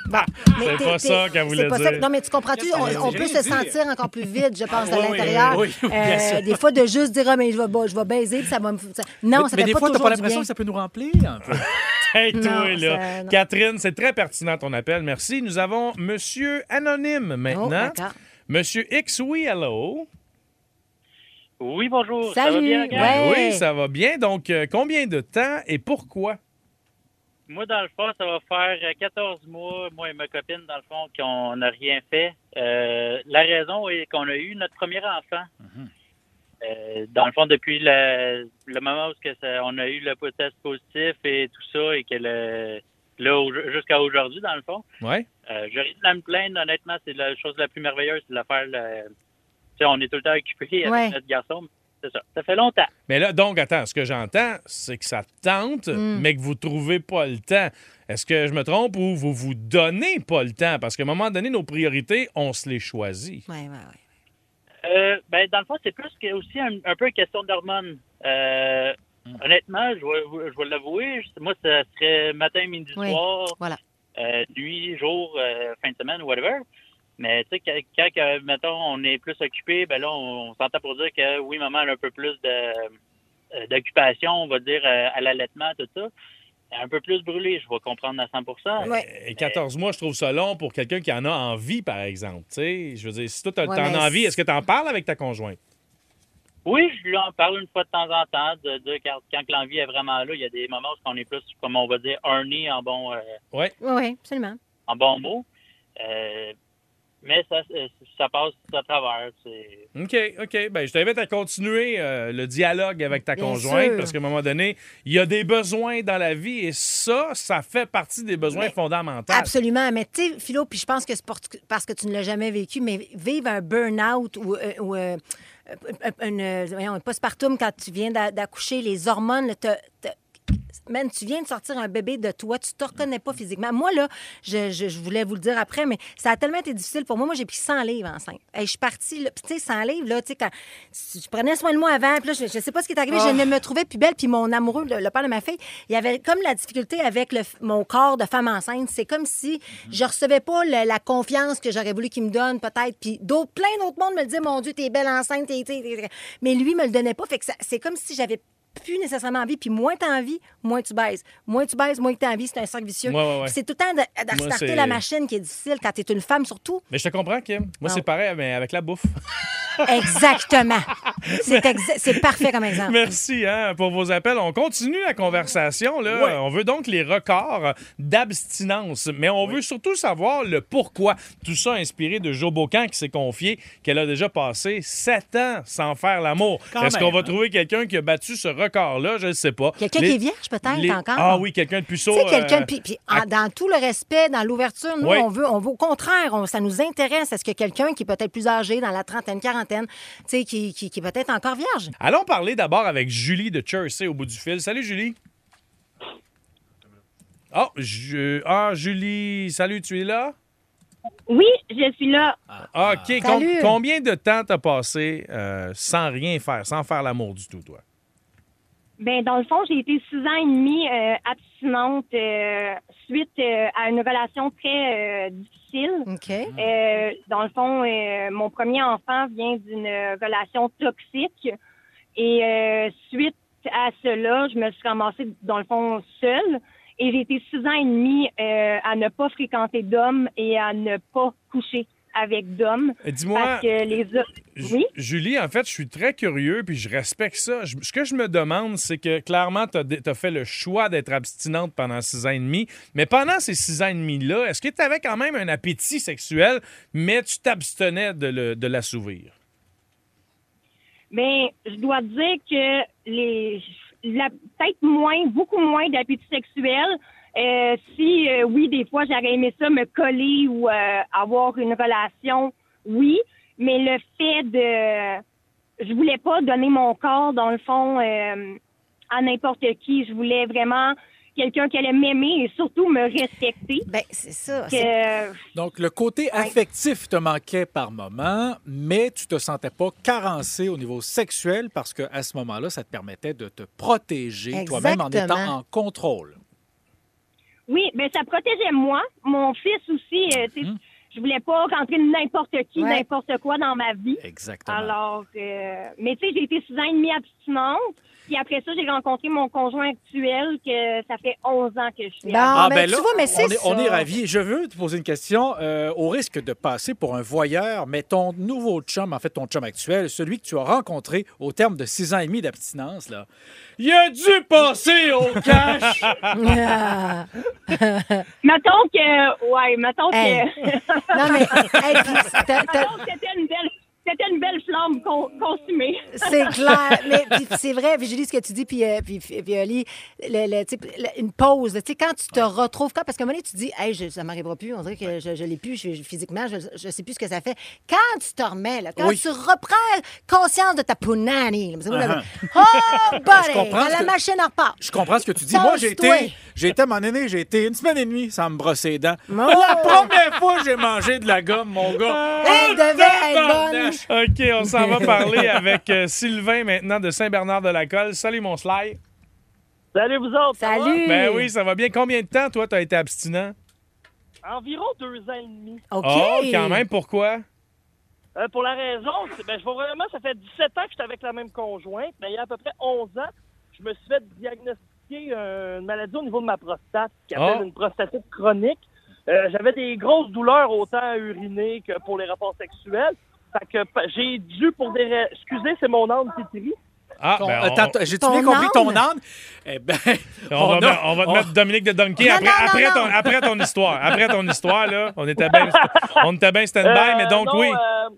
[SPEAKER 3] Bon, mais
[SPEAKER 1] C'est
[SPEAKER 3] t'es-
[SPEAKER 1] pas
[SPEAKER 3] t'es-
[SPEAKER 1] ça qu'elle
[SPEAKER 3] c'est
[SPEAKER 1] voulait
[SPEAKER 3] pas ça
[SPEAKER 1] dire.
[SPEAKER 3] que- Non, mais tu comprends-tu?
[SPEAKER 2] Qu'est-ce qu'elle
[SPEAKER 3] On, on
[SPEAKER 2] voulait
[SPEAKER 3] peut se
[SPEAKER 2] dire?
[SPEAKER 3] sentir encore plus vide, je pense, de
[SPEAKER 1] oui, oui,
[SPEAKER 3] l'intérieur.
[SPEAKER 2] Ah,
[SPEAKER 3] Euh,
[SPEAKER 2] oui, oui, bien sûr.
[SPEAKER 3] Des fois, de juste dire, ah, mais je vais, je vais baiser, puis ça va me. ça- Non,
[SPEAKER 2] mais,
[SPEAKER 3] ça
[SPEAKER 2] mais
[SPEAKER 3] fait
[SPEAKER 2] des
[SPEAKER 3] pas
[SPEAKER 2] fois, t'as
[SPEAKER 3] toujours
[SPEAKER 2] pas
[SPEAKER 3] du bien.
[SPEAKER 2] l'impression que ça peut nous remplir un peu.
[SPEAKER 1] Hey, toi,
[SPEAKER 3] Non,
[SPEAKER 1] là.
[SPEAKER 3] ça, non.
[SPEAKER 1] Catherine, c'est très pertinent ton appel. Merci. Nous avons Monsieur
[SPEAKER 3] Oh,
[SPEAKER 1] Anonyme maintenant.
[SPEAKER 3] d'accord.
[SPEAKER 1] Monsieur X, oui, hello.
[SPEAKER 7] Oui, bonjour. Ça va
[SPEAKER 3] Salut.
[SPEAKER 1] Ben
[SPEAKER 7] bien, la gang?
[SPEAKER 3] Ouais.
[SPEAKER 1] Oui, ça va bien. Donc, euh, combien de temps et pourquoi?
[SPEAKER 7] Moi, dans le fond, ça va faire euh, 14 mois, moi et ma copine, dans le fond, qu'on n'a rien fait. Euh, la raison est qu'on a eu notre premier enfant.
[SPEAKER 3] Mhm.
[SPEAKER 7] Euh, dans le fond, depuis le, le moment où ce que ça- on a eu le test positif et tout ça, et que le, là, au- jusqu'à aujourd'hui, dans le fond,
[SPEAKER 1] Ouais.
[SPEAKER 7] euh, j'ai rien à me plaindre, honnêtement. C'est la chose la plus merveilleuse, c'est de la faire. le- Tu sais, on est tout le temps occupé avec
[SPEAKER 3] Ouais.
[SPEAKER 7] notre garçon. mais C'est ça. Ça fait longtemps.
[SPEAKER 1] Mais là, donc, attends, ce que j'entends, c'est que ça te tente,
[SPEAKER 3] Hmm.
[SPEAKER 1] mais que vous trouvez pas le temps. Est-ce que je me trompe ou vous vous donnez pas le temps? Parce qu'à un moment donné, nos priorités, on se les choisit.
[SPEAKER 3] Ouais, ouais, ouais.
[SPEAKER 7] Euh, ben, dans le fond, c'est plus que, aussi un, un peu une question d'hormones. Euh, Honnêtement, je vais, je vais l'avouer, je- moi, ça serait matin, midi,
[SPEAKER 3] Oui.
[SPEAKER 7] soir,
[SPEAKER 3] Voilà.
[SPEAKER 7] euh, nuit, jour, euh, fin de semaine, whatever. Mais tu sais, quand, quand que, mettons, on est plus occupé, ben là, on, on s'entend pour dire que oui, maman, elle a un peu plus de euh, d'occupation, on va dire, euh, à l'allaitement, tout ça. Un peu plus brûlé, je vais comprendre à 100
[SPEAKER 3] Ouais.
[SPEAKER 1] Euh, Et 14 mois, je trouve ça long pour quelqu'un qui en a envie, par exemple. Tu sais, je veux dire, si toi, t'as-
[SPEAKER 3] Ouais,
[SPEAKER 1] t'en
[SPEAKER 3] mais
[SPEAKER 1] as envie,
[SPEAKER 3] c'est-
[SPEAKER 1] est-ce que t'en parles avec ta conjointe?
[SPEAKER 7] Oui, je lui en parle une fois de temps en temps, de, de quand, quand que l'envie est vraiment là, il y a des moments où on est plus, comme on va dire, horny en bon, euh,
[SPEAKER 3] Oui, oui, absolument.
[SPEAKER 7] en bon mot. Euh, mais ça, euh, ça passe à travers. c'est-
[SPEAKER 1] OK, OK. Ben, je t'invite à continuer euh, le dialogue avec ta
[SPEAKER 3] Bien
[SPEAKER 1] conjointe
[SPEAKER 3] sûr.
[SPEAKER 1] parce qu'à un moment donné, il y a des besoins dans la vie et ça, ça fait partie des besoins
[SPEAKER 3] Mais-
[SPEAKER 1] fondamentaux.
[SPEAKER 3] Absolument. Mais tu sais, Philo, puis je pense que c'est pour- parce que tu ne l'as jamais vécu, mais vivre un burn-out ou, euh, ou, euh, euh, une, euh, voyons, un postpartum quand tu viens d'a- d'accoucher, les hormones, là, te- te- Man, tu viens de sortir un bébé de toi, tu te reconnais pas physiquement. Moi, là, je, je- je voulais vous le dire après, mais ça a tellement été difficile pour moi. Moi, j'ai pris 100 livres enceinte. Hey, je suis partie, là, puis tu sais, 100 livres, là, tu sais, quand tu- je prenais soin de moi avant, puis là, je, je sais pas ce qui est arrivé, je ne me trouvais plus belle, puis mon amoureux, le, le père de ma fille, il avait comme la difficulté avec le f- mon corps de femme enceinte. C'est comme si je recevais pas le- la confiance que j'aurais voulu qu'il me donne, peut-être, puis d'autres, plein d'autres mondes me le disaient, mon Dieu, t'es belle enceinte, t'es- t'es- t'es- t'es- mais lui, il me le donnait pas, fait que ça- c'est comme si j'avais plus nécessairement envie, puis moins t'as envie, moins tu baises. Moins tu baises, moins que t'as envie, c'est un cercle vicieux.
[SPEAKER 1] Ouais, ouais, ouais.
[SPEAKER 3] Puis C'est tout le temps de- de
[SPEAKER 1] Moi,
[SPEAKER 3] restarter
[SPEAKER 1] c'est-
[SPEAKER 3] la machine qui est difficile quand t'es une femme, surtout.
[SPEAKER 1] Mais je te comprends, Kim. Moi,
[SPEAKER 3] Ah.
[SPEAKER 1] c'est pareil, mais avec la bouffe.
[SPEAKER 3] Exactement. C'est exa- c'est parfait comme exemple.
[SPEAKER 1] Merci hein, pour vos appels. On continue la conversation. Là. On veut donc les records d'abstinence, mais on veut surtout savoir le pourquoi. Tout ça inspiré de Jo Bocan qui s'est confié qu'elle a déjà passé sept ans sans faire l'amour.
[SPEAKER 2] Quand
[SPEAKER 1] Est-ce qu'on
[SPEAKER 2] même,
[SPEAKER 1] va
[SPEAKER 2] hein.
[SPEAKER 1] trouver quelqu'un qui a battu ce record-là? Je ne sais pas.
[SPEAKER 3] Quelqu'un
[SPEAKER 1] Les-
[SPEAKER 3] qui est vierge, peut-être,
[SPEAKER 1] les-
[SPEAKER 3] encore.
[SPEAKER 1] Ah oui, quelqu'un de
[SPEAKER 3] Tu
[SPEAKER 1] puceau.
[SPEAKER 3] sais, quelqu'un,
[SPEAKER 1] euh,
[SPEAKER 3] puis, puis en- dans tout le respect, dans l'ouverture, nous,
[SPEAKER 1] Oui.
[SPEAKER 3] on, veut, on veut, au contraire, on- ça nous intéresse. Est-ce que quelqu'un qui est peut-être plus âgé, dans la trentaine, quarantaine, tu sais, qui, qui, qui est peut-être encore vierge?
[SPEAKER 1] Allons parler d'abord avec Julie de Chersey au bout du fil. Salut Julie. Oh, je... ah, Julie, salut, tu es là?
[SPEAKER 6] Oui, je suis là.
[SPEAKER 1] Ah, OK. Com-
[SPEAKER 3] Salut.
[SPEAKER 1] combien de temps t'as passé euh, sans rien faire, sans faire l'amour du tout, toi?
[SPEAKER 6] Ben, dans le fond, j'ai été six ans et demi euh, abstinente euh, suite euh, à une relation très euh, difficile.
[SPEAKER 3] OK.
[SPEAKER 6] Euh, dans le fond, euh, mon premier enfant vient d'une relation toxique. Et euh, suite à cela, je me suis ramassée, dans le fond, seule. Et j'ai été six ans et demi euh, à ne pas fréquenter d'hommes et à ne pas coucher avec d'hommes.
[SPEAKER 1] Euh, Dis-moi,
[SPEAKER 6] Parce que les hommes...
[SPEAKER 1] Ju-
[SPEAKER 6] oui?
[SPEAKER 1] Julie, en fait, je suis très curieux puis je respecte ça. Je- ce que je me demande, c'est que clairement, t'as dé- t'as fait le choix d'être abstinente pendant six ans et demi. Mais pendant ces six ans et demi-là, est-ce que t'avais quand même un appétit sexuel, mais tu t'abstenais de, le- de l'assouvir?
[SPEAKER 6] Mais je dois dire que les la- peut-être moins, beaucoup moins d'appétit sexuel. Euh, si euh, oui, des fois j'aurais aimé ça me coller ou euh, avoir une relation, oui. Mais le fait de je voulais pas donner mon corps, dans le fond, euh, à n'importe qui. Je voulais vraiment quelqu'un qui allait m'aimer et surtout me respecter.
[SPEAKER 3] Ben, c'est ça. c'est-
[SPEAKER 6] Que,
[SPEAKER 2] Donc, le côté affectif te manquait par moment, mais tu te sentais pas carencé au niveau sexuel parce que à ce moment-là, ça te permettait de te protéger toi-même en étant
[SPEAKER 3] Exactement.
[SPEAKER 2] en contrôle.
[SPEAKER 6] Oui, mais ça protégeait moi, mon fils aussi. euh, tu sais,
[SPEAKER 2] Mhm.
[SPEAKER 6] Je voulais pas rentrer n'importe qui,
[SPEAKER 3] Ouais.
[SPEAKER 6] n'importe quoi dans ma vie.
[SPEAKER 2] Exactement.
[SPEAKER 6] Alors, euh, mais tu sais, j'ai été six ans et demi abstinente. Puis après ça, j'ai rencontré mon conjoint actuel que ça fait 11 ans que je suis. avec.
[SPEAKER 3] Bon,
[SPEAKER 2] Ah,
[SPEAKER 3] ben,
[SPEAKER 2] ben
[SPEAKER 3] tu
[SPEAKER 2] là,
[SPEAKER 3] vois, mais c'est
[SPEAKER 2] on, est, on
[SPEAKER 3] ça.
[SPEAKER 2] est ravis. Je veux te poser une question. euh, au risque de passer pour un voyeur, mais ton nouveau chum, en fait, ton chum actuel, celui que tu as rencontré au terme de six ans et demi d'abstinence, là, il a dû passer au cash!
[SPEAKER 3] Ah.
[SPEAKER 6] Mettons que, ouais, mettons
[SPEAKER 3] Hey.
[SPEAKER 6] que,
[SPEAKER 3] Non, mais hey, puis t'as- t'as-
[SPEAKER 6] mettons que c'était une belle, c'était une belle flamme con- consumée.
[SPEAKER 3] c'est clair. Mais puis c'est vrai, Vigélie, ce que tu dis, puis, euh, puis, puis, puis, Oli, le- le- tu sais, le- une pause. Tu sais, quand tu te retrouves, quand, parce qu'à un moment donné, tu dis, hey, je- ça m'arrivera plus, on dirait que je, je l'ai plus je- je- physiquement, je, je sais plus ce que ça fait. Quand tu te remets, là, quand
[SPEAKER 2] Oui.
[SPEAKER 3] tu reprends conscience de ta punani, là, vous savez,
[SPEAKER 1] Uh-huh.
[SPEAKER 3] oh, buddy,
[SPEAKER 2] comprends ce
[SPEAKER 3] la
[SPEAKER 2] que-
[SPEAKER 3] machine repart.
[SPEAKER 2] Je comprends ce que tu dis. Moi, j'ai
[SPEAKER 3] Tasse-toi.
[SPEAKER 2] été, j'ai été à mon aîné, j'ai été une semaine et demie sans me brosser les dents.
[SPEAKER 3] Oh!
[SPEAKER 2] La première fois que j'ai mangé de la gomme, mon gars.
[SPEAKER 1] Ah.
[SPEAKER 3] Elle devait être
[SPEAKER 1] OK, on s'en va parler avec euh, Sylvain maintenant de Saint-Bernard-de-la-Colle. Salut, mon Sly.
[SPEAKER 7] Salut vous autres! ça va?
[SPEAKER 3] Salut!
[SPEAKER 1] Ben oui, ça va bien. Combien de temps, toi, t'as été abstinent?
[SPEAKER 7] Environ deux ans et demi.
[SPEAKER 3] OK.
[SPEAKER 1] Oh, quand même, pourquoi?
[SPEAKER 7] Euh, pour la raison, c'est- ben, je vois vraiment, ça fait 17 ans que je suis avec la même conjointe, mais il y a à peu près 11 ans, je me suis fait diagnostiquer euh, une maladie au niveau de ma prostate, qui appelle
[SPEAKER 1] Oh.
[SPEAKER 7] une prostatite chronique. Euh, J'avais des grosses douleurs autant à uriner que pour les rapports sexuels. Fait que pa- j'ai dû pour des... ra- Excusez, c'est mon âme qui crie.
[SPEAKER 1] Ah,
[SPEAKER 2] Ton-
[SPEAKER 1] ben,
[SPEAKER 2] euh, t'as- j'ai
[SPEAKER 3] Ton
[SPEAKER 2] bien compris ton
[SPEAKER 3] âne?
[SPEAKER 2] âne? Eh ben,
[SPEAKER 1] on, on va,
[SPEAKER 2] a-
[SPEAKER 1] me- on va te
[SPEAKER 2] on-
[SPEAKER 1] mettre Dominique de Donkey
[SPEAKER 3] Non,
[SPEAKER 1] après,
[SPEAKER 3] non, non,
[SPEAKER 1] après,
[SPEAKER 3] non.
[SPEAKER 1] ton, après ton histoire. Après ton histoire, là, on était bien on était bien stand-by,
[SPEAKER 7] Euh,
[SPEAKER 1] Ben, mais donc
[SPEAKER 7] non,
[SPEAKER 1] oui.
[SPEAKER 7] euh,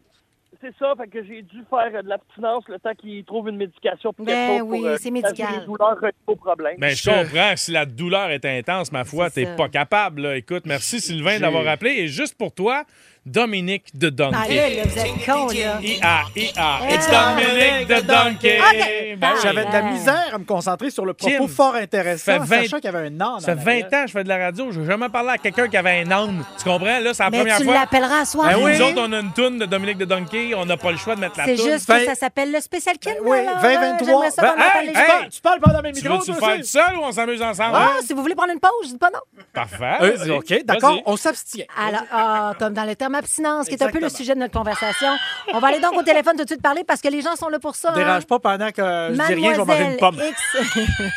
[SPEAKER 7] c'est ça, fait que j'ai dû faire euh, de l'abstinence le temps qu'ils trouvent une médication pour
[SPEAKER 3] Ben
[SPEAKER 7] quelque chose
[SPEAKER 3] oui,
[SPEAKER 7] pour euh,
[SPEAKER 3] c'est
[SPEAKER 7] soulager
[SPEAKER 3] médical.
[SPEAKER 7] les douleurs reliées au problème.
[SPEAKER 1] Ben, je
[SPEAKER 2] je-
[SPEAKER 1] comprends. Si la douleur est intense, ma foi,
[SPEAKER 3] C'est
[SPEAKER 1] t'es
[SPEAKER 3] ça.
[SPEAKER 1] pas capable. là. Écoute, merci Sylvain d'avoir appelé. Et juste pour toi, Dominique de Donkey.
[SPEAKER 3] Ah, là, là, vous êtes con, là.
[SPEAKER 1] I-A, I-A, it's Dominique de Donkey.
[SPEAKER 3] Ok.
[SPEAKER 1] Ben oui.
[SPEAKER 2] J'avais de la
[SPEAKER 3] Ouais.
[SPEAKER 2] misère à me concentrer sur le propos
[SPEAKER 1] Kim,
[SPEAKER 2] fort intéressant,
[SPEAKER 1] fait 20
[SPEAKER 2] sachant qu'il y avait un âne.
[SPEAKER 1] Ça fait 20 ans que je fais de la radio, je n'ai jamais parlé à quelqu'un qui avait un âne. Tu comprends? Là, c'est la
[SPEAKER 3] Mais
[SPEAKER 1] première
[SPEAKER 3] tu
[SPEAKER 1] fois.
[SPEAKER 3] l'appelleras à hein? soir.
[SPEAKER 2] Ben
[SPEAKER 1] Nous
[SPEAKER 2] oui.
[SPEAKER 1] autres, on a une toune de Dominique de Donkey, on n'a pas le choix de mettre la
[SPEAKER 3] C'est
[SPEAKER 1] toune.
[SPEAKER 3] juste
[SPEAKER 2] Vingt- Ben
[SPEAKER 3] que ça s'appelle le spécial Kim.
[SPEAKER 2] Oui,
[SPEAKER 3] alors, euh,
[SPEAKER 2] 2023.
[SPEAKER 3] j'aimerais ça
[SPEAKER 2] Ben,
[SPEAKER 3] qu'on en parle
[SPEAKER 1] hey,
[SPEAKER 3] les
[SPEAKER 2] Tu,
[SPEAKER 3] gens.
[SPEAKER 2] parles, tu parles pendant mes
[SPEAKER 1] Tu
[SPEAKER 2] micros,
[SPEAKER 1] veux-tu
[SPEAKER 2] toi
[SPEAKER 1] le faire tout
[SPEAKER 2] aussi?
[SPEAKER 1] seul ou on s'amuse ensemble?
[SPEAKER 3] Ah, si vous voulez prendre une pause, je dis pas non.
[SPEAKER 1] Parfait.
[SPEAKER 2] Euh,
[SPEAKER 1] vas-y.
[SPEAKER 2] OK, d'accord,
[SPEAKER 1] Vas-y.
[SPEAKER 2] on s'abstient.
[SPEAKER 3] Alors, ah, comme dans le terme abstinence, qui est un peu le
[SPEAKER 2] Exactement.
[SPEAKER 3] sujet de notre conversation, on va aller donc au téléphone tout de suite parler parce que les gens sont là pour ça. hein.
[SPEAKER 2] Dérange pas pendant que je dis rien, je vais manger une
[SPEAKER 3] Mademoiselle
[SPEAKER 2] pomme.
[SPEAKER 3] X.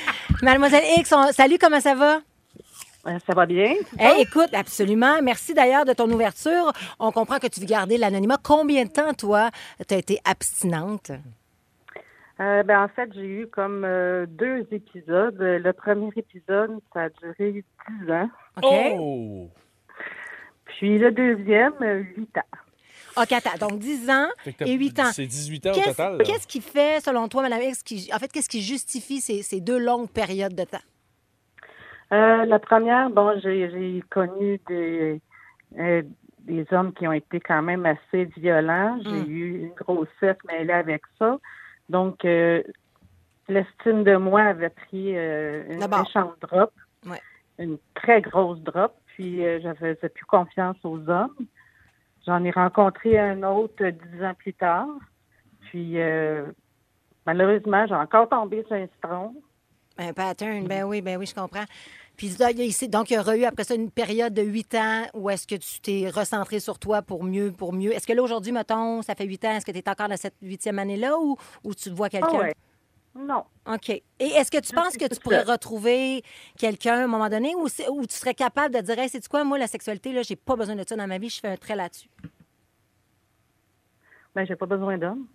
[SPEAKER 3] Mademoiselle X, on- salut, comment ça va?
[SPEAKER 5] Euh, Ça va bien?
[SPEAKER 3] Hey, écoute, absolument. Merci d'ailleurs de ton ouverture. On comprend que tu veux garder l'anonymat. Combien de temps, toi, tu as été abstinente?
[SPEAKER 5] Euh, ben, en fait, j'ai eu comme euh, deux épisodes. Euh, Le premier épisode, ça a duré 10 ans.
[SPEAKER 3] OK?
[SPEAKER 1] Oh!
[SPEAKER 5] Puis le deuxième, euh, 8 ans.
[SPEAKER 3] OK, attends. Donc, 10 ans
[SPEAKER 1] Fait que t'as-
[SPEAKER 3] et 8 ans.
[SPEAKER 1] C'est 18 ans au
[SPEAKER 3] Qu'est-ce
[SPEAKER 1] total. là.
[SPEAKER 3] qu'est-ce qui fait, selon toi, Madame X, qui, en fait, qu'est-ce qui justifie ces, ces deux longues périodes de temps?
[SPEAKER 5] Euh, la première, bon, j'ai j'ai connu des, euh, des hommes qui ont été quand même assez violents. J'ai
[SPEAKER 3] Mm.
[SPEAKER 5] eu une grossesse mêlée avec ça. Donc, euh, l'estime de moi avait pris euh, une
[SPEAKER 3] D'abord.
[SPEAKER 5] méchante drop,
[SPEAKER 3] Ouais.
[SPEAKER 5] une très grosse drop. Puis, euh, je faisais plus confiance aux hommes. J'en ai rencontré un autre euh, dix ans plus tard. Puis, euh, malheureusement, j'ai encore tombé sur un citron.
[SPEAKER 3] Un pattern, ben oui, ben oui, je comprends. Puis là, il y a ici- donc, il y aurait eu après ça une période de 8 ans où est-ce que tu t'es recentré sur toi pour mieux, pour mieux. Est-ce que là, aujourd'hui, mettons, ça fait 8 ans, est-ce que tu es encore dans cette huitième année-là ou, ou tu vois quelqu'un?
[SPEAKER 5] Ah ouais. Non.
[SPEAKER 3] OK. Et est-ce que tu penses que tu
[SPEAKER 5] toute
[SPEAKER 3] pourrais
[SPEAKER 5] seule.
[SPEAKER 3] retrouver quelqu'un à un moment donné ou, c'est- ou tu serais capable de dire, hey, c'est quoi, moi, la sexualité, là, j'ai pas besoin de ça dans ma vie, je fais un trait là-dessus?
[SPEAKER 5] Ben, j'ai pas besoin d'hommes.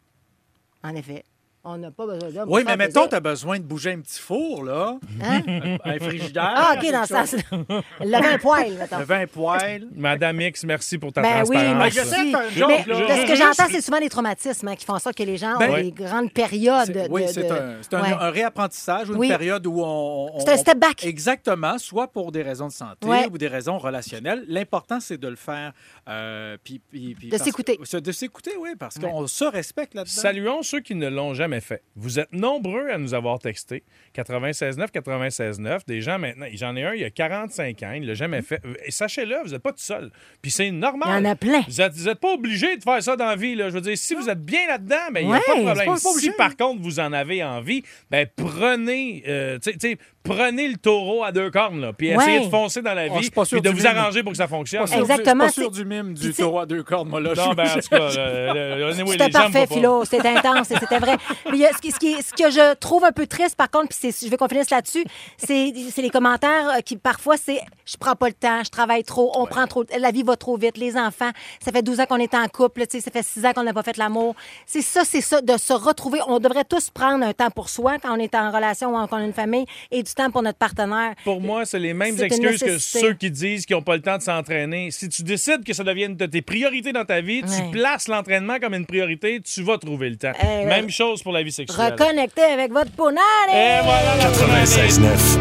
[SPEAKER 3] En effet. On n'a pas besoin d'homme.
[SPEAKER 2] Oui,
[SPEAKER 3] pour
[SPEAKER 2] mais
[SPEAKER 3] faire
[SPEAKER 2] mettons,
[SPEAKER 3] plaisir.
[SPEAKER 2] t'as besoin de bouger un petit four, là.
[SPEAKER 3] Hein?
[SPEAKER 2] Un- Un frigidaire.
[SPEAKER 3] Ah, OK,
[SPEAKER 2] quelque
[SPEAKER 3] dans ce
[SPEAKER 2] chose.
[SPEAKER 3] sens-là. Le vin poil, mettons.
[SPEAKER 2] Le vin poêle.
[SPEAKER 1] Madame X, merci pour ta
[SPEAKER 3] Ben
[SPEAKER 1] transparence.
[SPEAKER 3] oui,
[SPEAKER 2] mais
[SPEAKER 3] merci.
[SPEAKER 2] Ah, je sais que c'est un
[SPEAKER 3] Mais
[SPEAKER 2] joke,
[SPEAKER 3] mais
[SPEAKER 2] là.
[SPEAKER 3] ce que
[SPEAKER 1] Juste-
[SPEAKER 3] j'entends, c'est souvent les traumatismes hein, qui font ça que les gens
[SPEAKER 2] Ben,
[SPEAKER 3] ont
[SPEAKER 2] oui.
[SPEAKER 3] des grandes périodes.
[SPEAKER 2] C'est-
[SPEAKER 3] de-
[SPEAKER 2] Oui,
[SPEAKER 3] de-
[SPEAKER 2] c'est un, c'est un-
[SPEAKER 3] Ouais.
[SPEAKER 2] un réapprentissage ou une
[SPEAKER 3] Oui.
[SPEAKER 2] période où on. on-
[SPEAKER 3] C'est un
[SPEAKER 2] on-
[SPEAKER 3] step back.
[SPEAKER 2] Exactement, soit pour des raisons de santé
[SPEAKER 3] Ouais.
[SPEAKER 2] ou des raisons relationnelles. L'important, c'est de le faire. euh, puis- puis- puis
[SPEAKER 3] De
[SPEAKER 2] parce-
[SPEAKER 3] s'écouter.
[SPEAKER 2] se- De s'écouter, oui, parce
[SPEAKER 3] Ouais.
[SPEAKER 2] qu'on se respecte là-dedans.
[SPEAKER 1] Saluons ceux qui ne l'ont jamais fait. Vous êtes nombreux à nous avoir texté. 96.9, 96.9. Des gens maintenant. J'en ai un, il y a 45 ans, il ne l'a jamais fait. Et sachez-le, vous n'êtes pas tout seul. Puis c'est normal.
[SPEAKER 3] Hum. Il y en a plein.
[SPEAKER 1] Vous n'êtes pas obligé de faire ça dans la vie. Là. Je veux dire, si vous êtes bien là-dedans, ben, il n'y
[SPEAKER 3] Ouais,
[SPEAKER 1] a pas de
[SPEAKER 3] c'est
[SPEAKER 1] problème.
[SPEAKER 2] pas- pas
[SPEAKER 1] si
[SPEAKER 2] obligé.
[SPEAKER 1] par contre vous en avez envie, ben, prenez. euh, tu sais- tu sais, prenez le taureau à deux cornes, là, puis
[SPEAKER 3] Ouais.
[SPEAKER 1] essayez de foncer dans la
[SPEAKER 2] Oh, je
[SPEAKER 1] vie,
[SPEAKER 2] suis pas sûr
[SPEAKER 1] puis de
[SPEAKER 2] du
[SPEAKER 1] vous
[SPEAKER 2] mime.
[SPEAKER 1] arranger pour que ça fonctionne.
[SPEAKER 2] Pas sûr du-
[SPEAKER 3] Exactement,
[SPEAKER 2] Pas sûr
[SPEAKER 3] c'est-
[SPEAKER 2] du mime
[SPEAKER 3] Puis
[SPEAKER 2] du
[SPEAKER 3] tu sais-
[SPEAKER 2] taureau à deux cordes, moi, là.
[SPEAKER 1] Non,
[SPEAKER 2] je-
[SPEAKER 1] ben, en tout cas, euh, euh, anyway,
[SPEAKER 3] C'était
[SPEAKER 1] les gens me
[SPEAKER 3] parfait,
[SPEAKER 1] voient pas.
[SPEAKER 3] Philo. C'était intense et c'était vrai. Mais il y a ce, qui- ce qui est- ce que je trouve un peu triste, par contre, puis c'est- je veux qu'on finisse là-dessus, c'est c'est les commentaires euh, qui, parfois, c'est je prends pas le temps, je travaille trop, on prend trop, la vie va trop vite, les enfants, ça fait 12 ans qu'on est en couple, tu sais, ça fait 6 ans qu'on n'a pas fait l'amour. C'est ça, c'est ça, de se retrouver. On devrait tous prendre un temps pour soi quand on est en relation ou quand on a une famille et du temps pour notre partenaire.
[SPEAKER 1] Pour moi, c'est les mêmes
[SPEAKER 3] C'est une
[SPEAKER 1] excuses que
[SPEAKER 3] nécessité.
[SPEAKER 1] ceux qui disent qu'ils n'ont pas le temps de s'entraîner. Si tu décides que ça devienne de tes priorités dans ta vie,
[SPEAKER 3] Ouais.
[SPEAKER 1] tu places l'entraînement comme une priorité, tu vas trouver le temps.
[SPEAKER 3] Eh,
[SPEAKER 1] Même
[SPEAKER 3] ouais.
[SPEAKER 1] chose pour la vie sexuelle.
[SPEAKER 3] Reconnecter avec votre ponane!
[SPEAKER 1] Et voilà la semaine.
[SPEAKER 4] 96.9.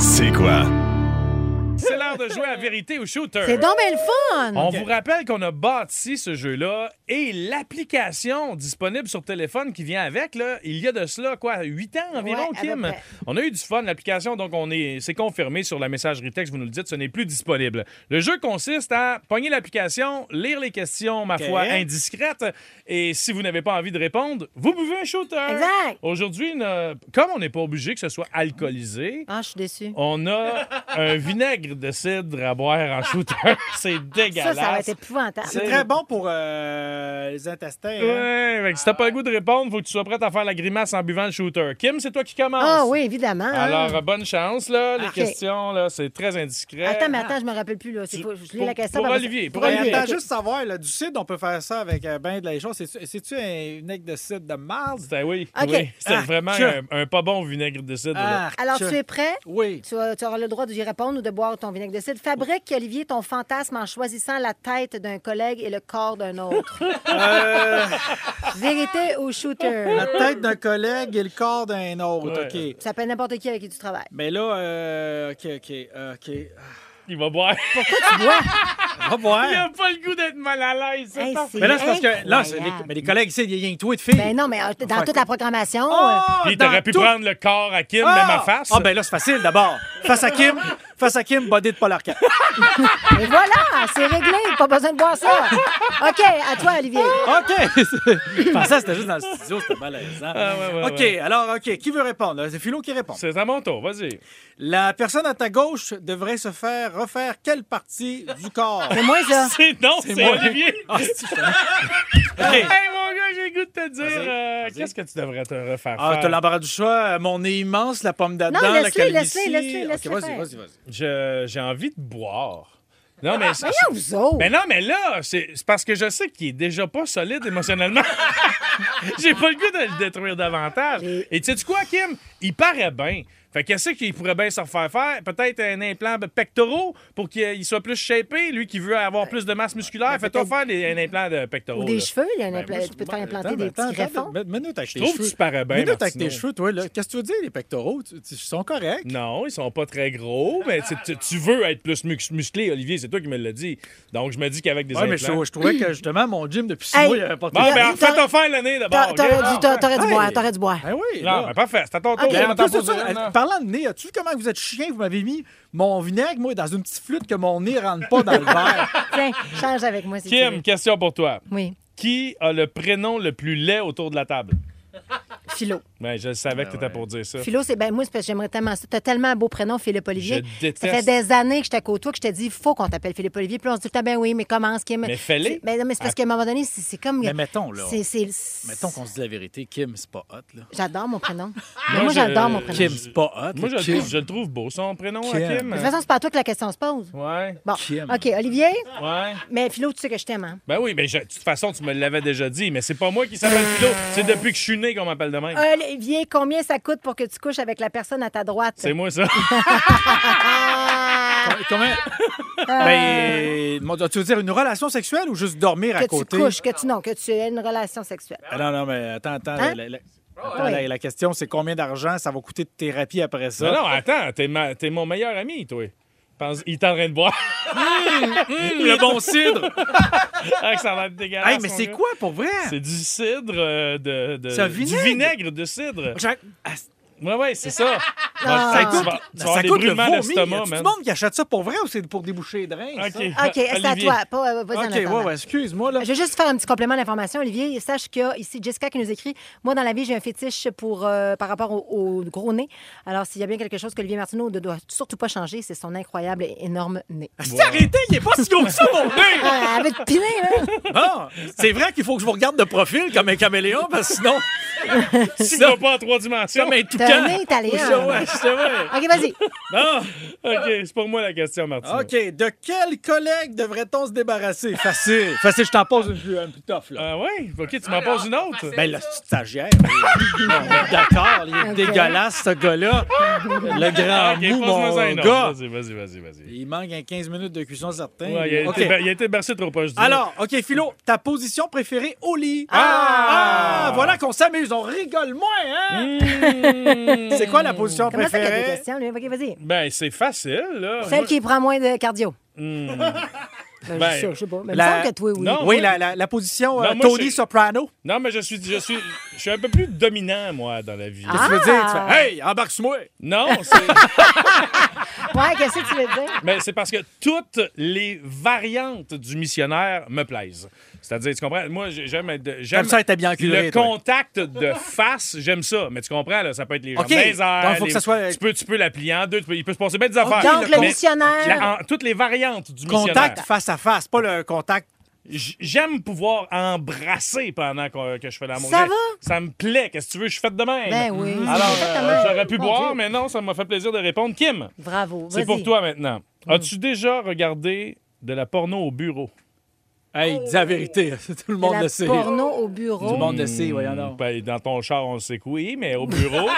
[SPEAKER 4] C'est quoi?
[SPEAKER 1] C'est l'heure de jouer à vérité ou shooter.
[SPEAKER 3] C'est donc bien le fun!
[SPEAKER 1] On vous rappelle qu'on a bâti ce jeu-là et l'application disponible sur téléphone qui vient avec, là, il y a de cela, quoi, 8 ans environ,
[SPEAKER 3] Ouais, à peu
[SPEAKER 1] Kim?
[SPEAKER 3] près.
[SPEAKER 1] On a eu du fun, l'application, donc on est, c'est confirmé sur la messagerie texte, vous nous le dites, ce n'est plus disponible. Le jeu consiste à pogner l'application, lire les questions, ma foi, indiscrètes, et si vous n'avez pas envie de répondre, vous buvez un shooter.
[SPEAKER 3] Exact.
[SPEAKER 1] Aujourd'hui, ne- comme on n'est pas obligé que ce soit alcoolisé,
[SPEAKER 3] Ah, je suis déçue.
[SPEAKER 1] on a un vinaigre de cidre à boire en shooter. C'est
[SPEAKER 3] Ça,
[SPEAKER 1] dégueulasse.
[SPEAKER 3] ça va être épouvantable.
[SPEAKER 2] C'est très bon pour euh, les intestins. hein.
[SPEAKER 1] Ouais, fait que si t'as pas le goût de répondre, faut que tu sois prête à faire la grimace en buvant le shooter. Kim, c'est toi qui commence.
[SPEAKER 3] Ah oui, évidemment. hein.
[SPEAKER 1] Alors, euh, bonne chance, là. Les
[SPEAKER 3] Ok.
[SPEAKER 1] questions, là, c'est très indiscret.
[SPEAKER 3] Attends, mais attends, je me rappelle plus. Là. C'est
[SPEAKER 1] Tu-
[SPEAKER 3] pas- je lis
[SPEAKER 1] pour-
[SPEAKER 3] la question.
[SPEAKER 1] pour
[SPEAKER 3] après ça-
[SPEAKER 1] Olivier, pour
[SPEAKER 2] Ouais,
[SPEAKER 1] Olivier.
[SPEAKER 2] Ben, attends, juste savoir, là, du cidre, on peut faire ça avec euh, ben de la chose. C'est- C'est-tu un vinaigre de cidre de marde?
[SPEAKER 1] C'était Ben oui.
[SPEAKER 3] Ok.
[SPEAKER 1] oui. C'était
[SPEAKER 2] Ah,
[SPEAKER 1] vraiment
[SPEAKER 2] que-
[SPEAKER 1] un, un pas bon vinaigre de cidre. là.
[SPEAKER 3] Ah, Alors, tu es prêt?
[SPEAKER 2] Oui.
[SPEAKER 3] Tu, as- tu auras le droit d'y répondre ou de boire ton vinaigre de cidre. Fabrique, Olivier, ton fantasme en choisissant la tête d'un collègue et le corps d'un autre.
[SPEAKER 2] Euh.
[SPEAKER 3] Vérité au shooter.
[SPEAKER 2] La tête d'un collègue et le corps d'un autre.
[SPEAKER 1] Ouais.
[SPEAKER 2] OK.
[SPEAKER 3] Ça peut être n'importe qui avec qui tu travailles.
[SPEAKER 2] Mais là, euh, OK, OK, euh, OK.
[SPEAKER 1] Il va boire.
[SPEAKER 3] Ah!
[SPEAKER 2] On va voir.
[SPEAKER 1] Il a pas le goût d'être mal à l'aise. c'est
[SPEAKER 3] Hey,
[SPEAKER 1] parfait.
[SPEAKER 3] c'est
[SPEAKER 2] Mais là, Eh, c'est parce que. Là, c'est les,
[SPEAKER 3] incroyable.
[SPEAKER 2] mais les collègues, c'est il y a rien que toi de filles.
[SPEAKER 3] Ben non, mais euh, dans
[SPEAKER 2] Enfin,
[SPEAKER 3] toute la programmation. euh,
[SPEAKER 2] Ah,
[SPEAKER 1] Puis
[SPEAKER 2] dans
[SPEAKER 1] t'aurais pu
[SPEAKER 2] tout-
[SPEAKER 1] prendre le corps à Kim,
[SPEAKER 2] Ah!
[SPEAKER 1] même à face.
[SPEAKER 2] Ah, ben là, c'est facile d'abord. Face à Kim, face à Kim, body de Paul Arcand.
[SPEAKER 3] euh, Et voilà, c'est réglé. Pas besoin de boire ça. OK, à toi, Olivier.
[SPEAKER 2] OK! Je pensais que c'était juste dans le studio, c'était malaisant.
[SPEAKER 1] Ah, ouais, ouais,
[SPEAKER 2] OK,
[SPEAKER 1] ouais.
[SPEAKER 2] alors, OK, qui veut répondre? Euh, C'est Philo qui répond.
[SPEAKER 1] C'est à mon tour, vas-y.
[SPEAKER 2] La personne à ta gauche devrait se faire refaire quelle partie du corps?
[SPEAKER 3] Ah. C'est moi, ça.
[SPEAKER 1] C'est non, c'est
[SPEAKER 2] moi.
[SPEAKER 1] Olivier.
[SPEAKER 2] Ah, c'est-
[SPEAKER 1] Hey,
[SPEAKER 2] OK.
[SPEAKER 1] mon gars, j'ai le goût de te dire, euh,
[SPEAKER 2] Vas-y.
[SPEAKER 1] qu'est-ce que tu devrais te refaire
[SPEAKER 2] Ah,
[SPEAKER 1] faire?
[SPEAKER 2] t'as l'embarras du choix. Euh, Mon nez immense, la pomme d'Adam,
[SPEAKER 3] Non,
[SPEAKER 2] la
[SPEAKER 3] laisse-le,
[SPEAKER 2] calvitie.
[SPEAKER 3] laisse-le, laisse-le, laisse-le
[SPEAKER 2] OK, vas-y,
[SPEAKER 3] faire.
[SPEAKER 2] vas-y, vas-y.
[SPEAKER 1] Je- J'ai envie de boire. Non,
[SPEAKER 3] Ah,
[SPEAKER 1] mais c'est-
[SPEAKER 3] Voyons, vous autres.
[SPEAKER 1] Mais non, mais là, c'est c'est parce que je sais qu'il est déjà pas solide émotionnellement. J'ai pas le goût de le détruire davantage. Et tu sais quoi, Kim? Il paraît bien. Fait qu'est-ce qu'il pourrait bien se refaire faire? Peut-être un implant de pectoraux pour qu'il il soit plus shapé, lui qui veut avoir plus de masse musculaire. Fais-toi faire des- un implant de pectoraux.
[SPEAKER 3] Ben, Ou des
[SPEAKER 1] là.
[SPEAKER 3] cheveux, il y a un
[SPEAKER 1] Ben,
[SPEAKER 3] impla-
[SPEAKER 1] moi, je-
[SPEAKER 3] tu peux te faire implanter
[SPEAKER 2] Attends,
[SPEAKER 3] des
[SPEAKER 2] attends,
[SPEAKER 3] petits
[SPEAKER 2] attends,
[SPEAKER 3] greffons.
[SPEAKER 2] mais- minute avec tes
[SPEAKER 1] trouve
[SPEAKER 2] cheveux.
[SPEAKER 1] que tu parais bien,
[SPEAKER 2] Minute avec tes
[SPEAKER 1] Martineau.
[SPEAKER 2] cheveux, toi. là. Qu'est-ce que tu veux dire, les pectoraux? Tu- tu- Ils sont corrects.
[SPEAKER 1] Non, ils sont pas très gros, mais tu, tu- tu veux être plus mus- musclé, Olivier, c'est toi qui me l'as dit. Donc je me dis qu'avec des
[SPEAKER 2] Ouais, mais je,
[SPEAKER 1] implants.
[SPEAKER 2] je trouvais que justement, mon gym depuis six
[SPEAKER 3] Hey.
[SPEAKER 2] mois, il avait pas
[SPEAKER 1] Bon,
[SPEAKER 3] Il y a-
[SPEAKER 1] ben
[SPEAKER 3] t'aurais-
[SPEAKER 1] fais-toi faire l'année
[SPEAKER 3] T'a-
[SPEAKER 1] d'abord.
[SPEAKER 3] T'aurais dû, t'a- t'aurais dû
[SPEAKER 2] Hey.
[SPEAKER 3] boire, t'aurais dû boire.
[SPEAKER 2] Ben oui.
[SPEAKER 1] Non,
[SPEAKER 2] là.
[SPEAKER 1] mais parfait, c'est à ton tour.
[SPEAKER 3] Ok,
[SPEAKER 2] Mais
[SPEAKER 1] on
[SPEAKER 2] en
[SPEAKER 1] t'en
[SPEAKER 2] plus de
[SPEAKER 1] pose
[SPEAKER 2] ça,
[SPEAKER 1] une, là.
[SPEAKER 2] parlant de nez, as-tu vu comment vous êtes chien? Vous m'avez mis mon vinaigre, moi, dans une petite flûte que mon nez rentre pas dans le verre.
[SPEAKER 3] Tiens, change avec moi si tu
[SPEAKER 1] Kim,
[SPEAKER 3] veux.
[SPEAKER 1] question pour toi.
[SPEAKER 3] Oui,
[SPEAKER 1] Qui a le prénom le plus laid autour de la table?
[SPEAKER 3] Philo.
[SPEAKER 2] Euh.
[SPEAKER 1] Ben, je savais
[SPEAKER 2] Ah
[SPEAKER 1] que t'étais pour dire ça.
[SPEAKER 3] Philo, c'est ben moi, c'est parce que j'aimerais tellement ça. T'as tellement un beau prénom, Philippe Olivier.
[SPEAKER 1] Je déteste.
[SPEAKER 3] Ça fait des années que je t'ai toi que je t'ai dit, faut qu'on t'appelle Philippe Olivier. Puis là, on se dit, tout le temps, ben oui, mais commence, Kim.
[SPEAKER 1] Mais fais-le.
[SPEAKER 3] C'est- Ben non, mais c'est parce qu'à un moment donné, c'est c'est comme.
[SPEAKER 2] Mais mettons, là.
[SPEAKER 3] C'est- c'est-
[SPEAKER 2] Mettons qu'on se dit la vérité, Kim, c'est pas hot, là.
[SPEAKER 3] J'adore mon prénom.
[SPEAKER 1] Moi,
[SPEAKER 3] Moi,
[SPEAKER 1] je-
[SPEAKER 3] j'adore mon prénom.
[SPEAKER 2] Ah! Kim,
[SPEAKER 3] De
[SPEAKER 2] c'est pas hot.
[SPEAKER 1] Moi, je
[SPEAKER 2] là.
[SPEAKER 1] le,
[SPEAKER 2] Kim.
[SPEAKER 1] trouve, je le trouve beau, son prénom, à
[SPEAKER 2] Kim.
[SPEAKER 1] Kim.
[SPEAKER 3] toute façon, c'est pas à toi que la question se pose.
[SPEAKER 1] Ouais,
[SPEAKER 3] Bon.
[SPEAKER 2] Kim.
[SPEAKER 3] OK, Olivier,
[SPEAKER 1] ouais.
[SPEAKER 3] mais Philo, tu sais que je t'aime, hein?
[SPEAKER 1] Ben oui, mais je- de toute façon, tu me l'avais déjà dit, mais c'est pas moi qui s'appelle Philo. C'est depuis que je suis né qu'on m'appelle de même.
[SPEAKER 3] Olivier, combien ça coûte pour que tu couches avec la personne à ta droite?
[SPEAKER 1] C'est moi, ça.
[SPEAKER 2] Com- Comment? Ben, mon Dieu, tu veux dire une relation sexuelle ou juste dormir
[SPEAKER 3] Que
[SPEAKER 2] à
[SPEAKER 3] tu
[SPEAKER 2] côté?
[SPEAKER 3] couches, que tu non, que tu aies une relation sexuelle.
[SPEAKER 2] Ah Non, non, mais attends, attends.
[SPEAKER 3] Hein?
[SPEAKER 2] La, la- attends,
[SPEAKER 3] Ah oui.
[SPEAKER 2] la- la question, c'est combien d'argent ça va coûter de thérapie après ça?
[SPEAKER 1] non, non, attends, t'es ma- t'es mon meilleur ami, toi. Pense- Il est en train de boire.
[SPEAKER 2] Mmh, le bon cidre!
[SPEAKER 1] Ah, que ça va être dégueulasse.
[SPEAKER 2] hey, mais
[SPEAKER 1] mon
[SPEAKER 2] c'est
[SPEAKER 1] gars.
[SPEAKER 2] quoi pour vrai?
[SPEAKER 1] C'est du cidre euh, de, de-
[SPEAKER 2] C'est un
[SPEAKER 1] du
[SPEAKER 2] vinaigre.
[SPEAKER 1] vinaigre de cidre.
[SPEAKER 2] Jacques- Ah, c'est-
[SPEAKER 1] Ouais, ouais, c'est ça. Ça
[SPEAKER 3] Ah.
[SPEAKER 1] coûte, tu vas- tu vas avoir
[SPEAKER 2] Ça
[SPEAKER 1] des
[SPEAKER 2] coûte le
[SPEAKER 1] brûlements
[SPEAKER 2] vomi.
[SPEAKER 1] d'estomac,
[SPEAKER 2] Tout
[SPEAKER 1] man.
[SPEAKER 2] le monde qui achète ça pour vrai ou c'est pour déboucher de reins? ça?
[SPEAKER 1] OK,
[SPEAKER 3] OK, c'est à
[SPEAKER 1] Olivier.
[SPEAKER 3] toi. Pas, euh, vas-y,
[SPEAKER 2] Ben, OK,
[SPEAKER 3] Jonathan.
[SPEAKER 2] ouais, ouais, excuse-moi. Là.
[SPEAKER 3] Je vais juste faire un petit complément d'information, Olivier. Sache qu'il y a ici Jessica qui nous écrit Moi, dans la vie, j'ai un fétiche pour, euh, par rapport au, au gros nez. Alors, s'il y a bien quelque chose qu'Olivier Martineau ne doit surtout pas changer, c'est son incroyable et énorme nez.
[SPEAKER 2] C'est arrêté, il est pas si gros que ça, mon nez!
[SPEAKER 3] Ah, avec piné, là
[SPEAKER 2] Ah, c'est vrai qu'il faut que je vous regarde de profil comme un caméléon, parce que sinon,
[SPEAKER 1] Tu vas pas en trois dimensions.
[SPEAKER 2] comme un
[SPEAKER 3] T'as un
[SPEAKER 2] toucan.
[SPEAKER 3] nez italien.
[SPEAKER 2] Ça, ouais, ça, ouais.
[SPEAKER 3] OK, vas-y.
[SPEAKER 2] Ah.
[SPEAKER 1] OK, c'est pour moi la question, Martin.
[SPEAKER 2] OK, de quel collègue devrait-on se débarrasser? Facile. Facile, je t'en pose une plus, un plus tough, là.
[SPEAKER 1] Ah ouais? OK, tu m'en poses une autre?
[SPEAKER 2] Ben, le stagiaire. oui. Non, mais D'accord, il est
[SPEAKER 3] Ok.
[SPEAKER 2] dégueulasse, ce gars-là. Le grand
[SPEAKER 1] Ah, OK,
[SPEAKER 2] mou,
[SPEAKER 1] pose-moi
[SPEAKER 2] mon
[SPEAKER 1] un
[SPEAKER 2] gars.
[SPEAKER 1] autre. Vas-y, vas-y, vas-y. vas-y.
[SPEAKER 2] Il manque un 15 minutes de cuisson certain.
[SPEAKER 1] Ouais, il, a
[SPEAKER 2] OK.
[SPEAKER 1] été, ber- il a été bercé trop pas, je dis.
[SPEAKER 2] Alors, OK, Philo, ta position préférée au lit.
[SPEAKER 3] Ah!
[SPEAKER 2] Ah, voilà qu'on s'amuse, on rigole moins, hein?
[SPEAKER 1] Hmm.
[SPEAKER 2] C'est quoi la position
[SPEAKER 3] Comment ça qu'il y a des
[SPEAKER 2] préférée?
[SPEAKER 3] questions, lui OK, vas-y.
[SPEAKER 1] Ben, c'est facile, là.
[SPEAKER 3] Celle qui prend moins de cardio.
[SPEAKER 1] Hmm.
[SPEAKER 3] Ben,
[SPEAKER 1] Ben,
[SPEAKER 3] je, sais, je sais pas. Mais
[SPEAKER 2] la-
[SPEAKER 3] il me semble que toi, oui.
[SPEAKER 1] Non.
[SPEAKER 2] Ah, Oui, la, la- la position euh,
[SPEAKER 1] Non, Ben, moi,
[SPEAKER 2] Tony
[SPEAKER 1] je-
[SPEAKER 2] Soprano.
[SPEAKER 1] Non, mais je suis, je, suis, je suis un peu plus dominant, moi, dans la vie.
[SPEAKER 3] Ah.
[SPEAKER 2] Tu veux dire, tu fais, hey, embarque sur moi.
[SPEAKER 1] Non, c'est...
[SPEAKER 3] Ouais, qu'est-ce que tu veux dire?
[SPEAKER 1] Mais c'est parce que toutes les variantes du missionnaire me plaisent. C'est-à-dire, tu comprends? Moi, j- j'aime être. de- J'aime
[SPEAKER 2] J'aime ça être habillé en
[SPEAKER 1] Le
[SPEAKER 2] culotte.
[SPEAKER 1] contact de face, j'aime ça. Mais tu comprends, là, ça peut être les jambes
[SPEAKER 2] OK.
[SPEAKER 1] dans les airs,
[SPEAKER 2] Donc, faut que
[SPEAKER 1] les-
[SPEAKER 2] ça soit-
[SPEAKER 1] Tu peux, tu peux la plier en deux. tu peux- il peut se passer bien des affaires.
[SPEAKER 3] Donc, le
[SPEAKER 1] Mais
[SPEAKER 3] missionnaire.
[SPEAKER 1] la- en- toutes les variantes du
[SPEAKER 2] Contact
[SPEAKER 1] missionnaire.
[SPEAKER 2] face à face, pas le contact.
[SPEAKER 1] J- J'aime pouvoir embrasser pendant qu'on- que je fais l'amour.
[SPEAKER 3] Ça
[SPEAKER 1] J'ai-
[SPEAKER 3] va?
[SPEAKER 1] Ça me plaît. Qu'est-ce que tu veux? Je suis faite de même.
[SPEAKER 3] Ben oui.
[SPEAKER 1] Alors,
[SPEAKER 3] Exactement.
[SPEAKER 1] euh, j'aurais pu
[SPEAKER 3] Mon
[SPEAKER 1] boire,
[SPEAKER 3] Dieu.
[SPEAKER 1] mais non, ça m'a fait plaisir de répondre. Kim,
[SPEAKER 3] Bravo.
[SPEAKER 1] c'est
[SPEAKER 3] vas-y. Hmm.
[SPEAKER 1] pour toi maintenant. As-tu déjà regardé de la porno au bureau?
[SPEAKER 2] Hey, dis la vérité, tout le
[SPEAKER 3] De
[SPEAKER 2] monde
[SPEAKER 3] Oh, La
[SPEAKER 2] le sait.
[SPEAKER 3] porno au
[SPEAKER 2] Tout le
[SPEAKER 3] bureau.
[SPEAKER 2] monde le sait, voyons donc.
[SPEAKER 1] Ben, dans ton char, on sait que oui, mais au bureau.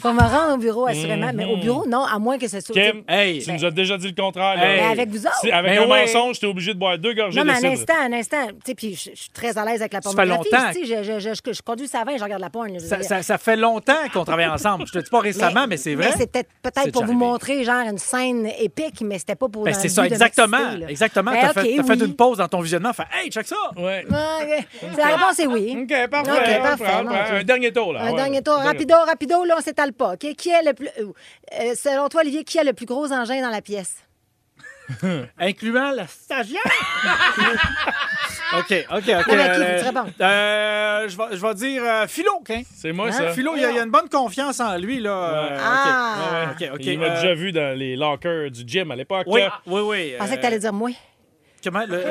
[SPEAKER 3] Faut me rendre au bureau, assurément.
[SPEAKER 2] Mhm.
[SPEAKER 3] Mais au bureau, non, à moins que ce soit.
[SPEAKER 1] Kim,
[SPEAKER 2] Hey.
[SPEAKER 1] tu nous as déjà dit le contraire. là.
[SPEAKER 2] Hey.
[SPEAKER 3] Mais avec vous autres.
[SPEAKER 1] Si- avec
[SPEAKER 2] Mais
[SPEAKER 1] un
[SPEAKER 2] oui.
[SPEAKER 1] mensonge, t'es obligé de boire deux gorgées
[SPEAKER 3] Non,
[SPEAKER 1] de
[SPEAKER 3] mais un
[SPEAKER 1] cidre.
[SPEAKER 3] instant, un instant. Tu sais, puis je je suis très à l'aise avec la
[SPEAKER 2] Ça fait
[SPEAKER 3] pornographie.
[SPEAKER 2] longtemps.
[SPEAKER 3] Tu sais, je, je, je, je- je conduis ça à 20, je regarde la porn. là, je veux
[SPEAKER 2] Ça,
[SPEAKER 3] dire.
[SPEAKER 2] ça- ça fait longtemps qu'on travaille ensemble. Je te dis pas récemment, mais, c'est vrai.
[SPEAKER 3] c'était
[SPEAKER 2] C'est
[SPEAKER 3] peut-être pour
[SPEAKER 2] déjà
[SPEAKER 3] vous
[SPEAKER 2] arrivé.
[SPEAKER 3] montrer, genre, une scène épique, mais c'était pas pour.
[SPEAKER 2] Ben,
[SPEAKER 3] dans
[SPEAKER 2] c'est
[SPEAKER 3] le
[SPEAKER 2] ça,
[SPEAKER 3] but de
[SPEAKER 2] exactement.
[SPEAKER 3] m'exciter, là.
[SPEAKER 2] Exactement.
[SPEAKER 3] Ben,
[SPEAKER 2] T'as fait,
[SPEAKER 3] OK,
[SPEAKER 2] t'as fait
[SPEAKER 3] oui.
[SPEAKER 2] une pause dans ton visionnement. Fait, hey, check ça.
[SPEAKER 1] Ouais.
[SPEAKER 3] Ouais, ok. La réponse est oui.
[SPEAKER 1] OK, parfait.
[SPEAKER 3] OK,
[SPEAKER 1] on
[SPEAKER 3] parfait,
[SPEAKER 1] prend,
[SPEAKER 3] mon
[SPEAKER 1] on prend.
[SPEAKER 3] Dieu.
[SPEAKER 1] Un dernier tour, là.
[SPEAKER 2] Ah
[SPEAKER 3] Un
[SPEAKER 1] ouais.
[SPEAKER 3] dernier tour. Rapido, rapido, là, on s'étale pas. OK? Qui est le plus. euh, euh, selon toi, Olivier, qui a le plus gros engin dans la pièce?
[SPEAKER 2] Incluant la stagiaire. OK, OK, OK.
[SPEAKER 3] Non, mais qui
[SPEAKER 2] euh,
[SPEAKER 3] vous répond?
[SPEAKER 2] euh, je, vais, je vais dire euh, Philo, hein?
[SPEAKER 1] C'est moi,
[SPEAKER 3] Hein?
[SPEAKER 1] ça.
[SPEAKER 2] Philo, il y, a- il y a une bonne confiance en lui, là. euh,
[SPEAKER 3] Ah!
[SPEAKER 2] OK, OK.
[SPEAKER 1] Il m'a
[SPEAKER 2] euh,
[SPEAKER 1] déjà vu dans les lockers du gym à l'époque.
[SPEAKER 2] Oui,
[SPEAKER 1] là.
[SPEAKER 2] oui, oui.
[SPEAKER 3] Je pensais
[SPEAKER 2] euh,
[SPEAKER 3] que t'allais dire moi.
[SPEAKER 2] Comment le.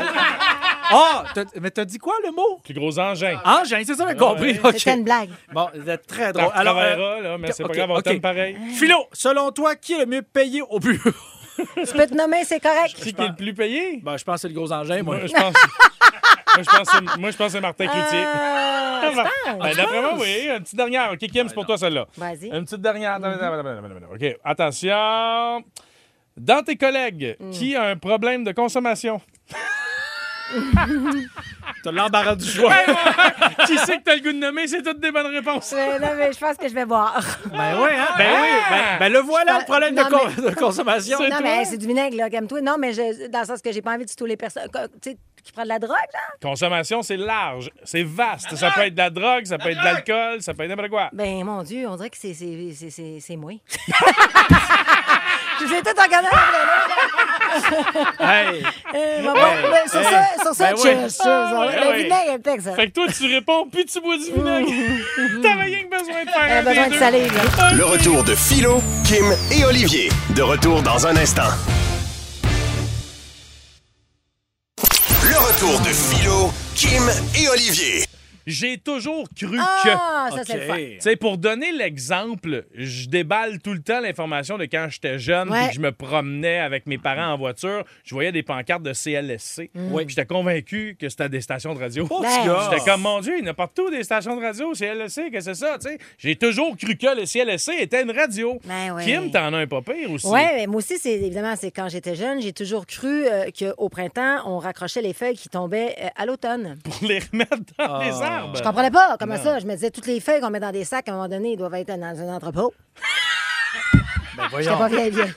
[SPEAKER 2] Ah! t'as- mais t'as dit quoi le mot?
[SPEAKER 1] Plus gros engin.
[SPEAKER 2] Ah, j'ai ça, j'avais compris. OK.
[SPEAKER 3] C'était une blague.
[SPEAKER 2] Bon, c'est très
[SPEAKER 1] T'en
[SPEAKER 2] drôle. Alors, euh,
[SPEAKER 1] retravailleras, là, mais c'est
[SPEAKER 2] OK,
[SPEAKER 1] pas grave, on
[SPEAKER 2] OK.
[SPEAKER 1] t'aime pareil.
[SPEAKER 2] Philo, selon toi, qui est le mieux payé au bureau?
[SPEAKER 3] Tu peux te nommer, c'est correct.
[SPEAKER 1] Qui est le plus payé?
[SPEAKER 2] Ben, je pense que c'est le gros engin, moi.
[SPEAKER 1] Moi, je pense... moi, je pense que- moi, je pense que c'est Martin Cloutier.
[SPEAKER 3] Euh, tu penses?
[SPEAKER 1] Ben, D'après moi, oui. Une petite dernière. OK, Kim, c'est pour toi, celle-là.
[SPEAKER 3] Vas-y. Mm-hmm.
[SPEAKER 1] Une petite dernière. Attends, attends, attends, attends, attends, attends. OK, attention. Dans tes collègues,
[SPEAKER 3] Mm.
[SPEAKER 1] qui a un problème de consommation?
[SPEAKER 2] T'as l'embarras du choix.
[SPEAKER 1] qui sait que t'as le goût de nommer? C'est toutes des bonnes réponses.
[SPEAKER 3] Euh, non, mais je pense que je vais voir.
[SPEAKER 2] Ben oui, hein? Ben
[SPEAKER 1] Ah!
[SPEAKER 2] oui. Ben, ben le voilà, le problème de,
[SPEAKER 3] Non,
[SPEAKER 2] con- de consommation.
[SPEAKER 3] Non, mais hey, c'est du vinaigre, là, comme toi. Non, mais je- dans le sens que j'ai pas envie de tous les personnes. co- Tu sais, qui prennent de la drogue, là?
[SPEAKER 1] Consommation, c'est large, c'est vaste. Ça peut être de la drogue, ça peut être de l'alcool, ça peut être n'importe quoi.
[SPEAKER 3] Ben, mon Dieu, on dirait que c'est- c'est c'est- c'est- c'est moi. Je vous ai tout regardé.
[SPEAKER 2] Hey,
[SPEAKER 3] Euh, bon, bon, ben, sur ça, sur ça,
[SPEAKER 2] Ben
[SPEAKER 3] cheers,
[SPEAKER 2] ouais.
[SPEAKER 3] cheers, ça va.
[SPEAKER 1] ouais,
[SPEAKER 3] Le
[SPEAKER 1] ouais.
[SPEAKER 3] vinaigre, le texte, ça.
[SPEAKER 1] Fait que toi, tu réponds, puis tu bois du vinaigre. T'avais rien que besoin de faire
[SPEAKER 3] Mm-hmm. Elle
[SPEAKER 1] un des
[SPEAKER 3] a besoin de
[SPEAKER 1] deux.
[SPEAKER 3] salive, là.
[SPEAKER 4] Le retour de Philo, Kim et Olivier. De retour dans un instant. Le retour de Philo, Kim et Olivier.
[SPEAKER 1] J'ai toujours cru que...
[SPEAKER 3] Ah, ça, c'est le fun.
[SPEAKER 2] OK. ben
[SPEAKER 1] Tu sais, pour donner l'exemple, je déballe tout le temps l'information de quand j'étais jeune
[SPEAKER 3] Ouais.
[SPEAKER 1] puis que je me promenais avec mes parents en voiture. Je voyais des pancartes de CLSC.
[SPEAKER 2] Oui.
[SPEAKER 1] Puis j'étais convaincu que c'était des stations de radio.
[SPEAKER 2] Oh,
[SPEAKER 3] Mm. Ben.
[SPEAKER 2] petit gars.
[SPEAKER 1] J'étais comme, mon Dieu, il y en a partout des stations de radio, CLSC, que c'est ça, tu sais. J'ai toujours cru que le CLSC était une radio.
[SPEAKER 3] Ben ouais.
[SPEAKER 1] Kim, t'en as un pas pire aussi.
[SPEAKER 3] Oui, mais moi aussi, c'est évidemment, c'est quand j'étais jeune, j'ai toujours cru euh, qu'au printemps, on raccrochait les feuilles qui tombaient euh, à l'automne.
[SPEAKER 1] Pour les remettre dans
[SPEAKER 2] Ah.
[SPEAKER 1] les arbres.
[SPEAKER 3] Je comprenais pas comment ça. Je me disais, toutes les feuilles qu'on met dans des sacs, à un moment donné, doivent être dans un entrepôt.
[SPEAKER 2] Ben
[SPEAKER 3] J'étais
[SPEAKER 2] voyons.
[SPEAKER 3] pas vieille, vieille.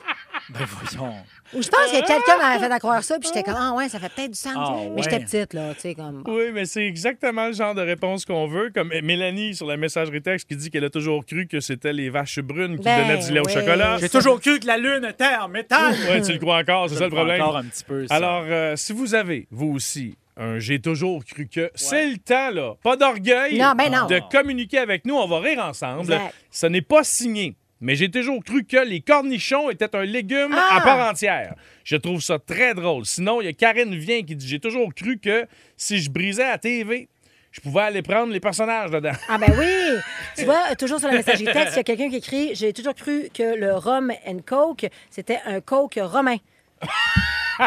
[SPEAKER 2] Ben voyons.
[SPEAKER 3] Ou je pense que quelqu'un m'avait fait à croire ça, puis j'étais comme, ah ouais, ça fait peut-être du sens.
[SPEAKER 2] Ah ouais.
[SPEAKER 3] Mais j'étais petite, là, tu sais, comme. bon.
[SPEAKER 1] Oui, mais c'est exactement le genre de réponse qu'on veut. Comme Mélanie sur la messagerie texte qui dit qu'elle a toujours cru que c'était les vaches brunes qui
[SPEAKER 3] Ben
[SPEAKER 1] donnaient du lait au
[SPEAKER 3] oui.
[SPEAKER 1] chocolat.
[SPEAKER 2] J'ai toujours cru que la Lune était en métal.
[SPEAKER 1] Ouais, tu le crois encore, c'est ça le problème.
[SPEAKER 2] Encore un petit peu, ça.
[SPEAKER 1] Alors, euh, si vous avez, vous aussi, un j'ai toujours cru que, c'est le temps, là. Pas d'orgueil
[SPEAKER 3] Non, ben non.
[SPEAKER 1] de communiquer avec nous. On va rire ensemble.
[SPEAKER 3] Exact.
[SPEAKER 1] Ce n'est pas signé. Mais j'ai toujours cru que les cornichons étaient un légume
[SPEAKER 3] Ah!
[SPEAKER 1] à part entière. Je trouve ça très drôle. Sinon, il y a Karine Vien qui dit J'ai toujours cru que si je brisais à TV, je pouvais aller prendre les personnages dedans.
[SPEAKER 3] Ah ben oui! tu vois, euh, toujours sur la messagerie texte, il y a quelqu'un qui écrit J'ai toujours cru que le rhum and coke, c'était un coke romain.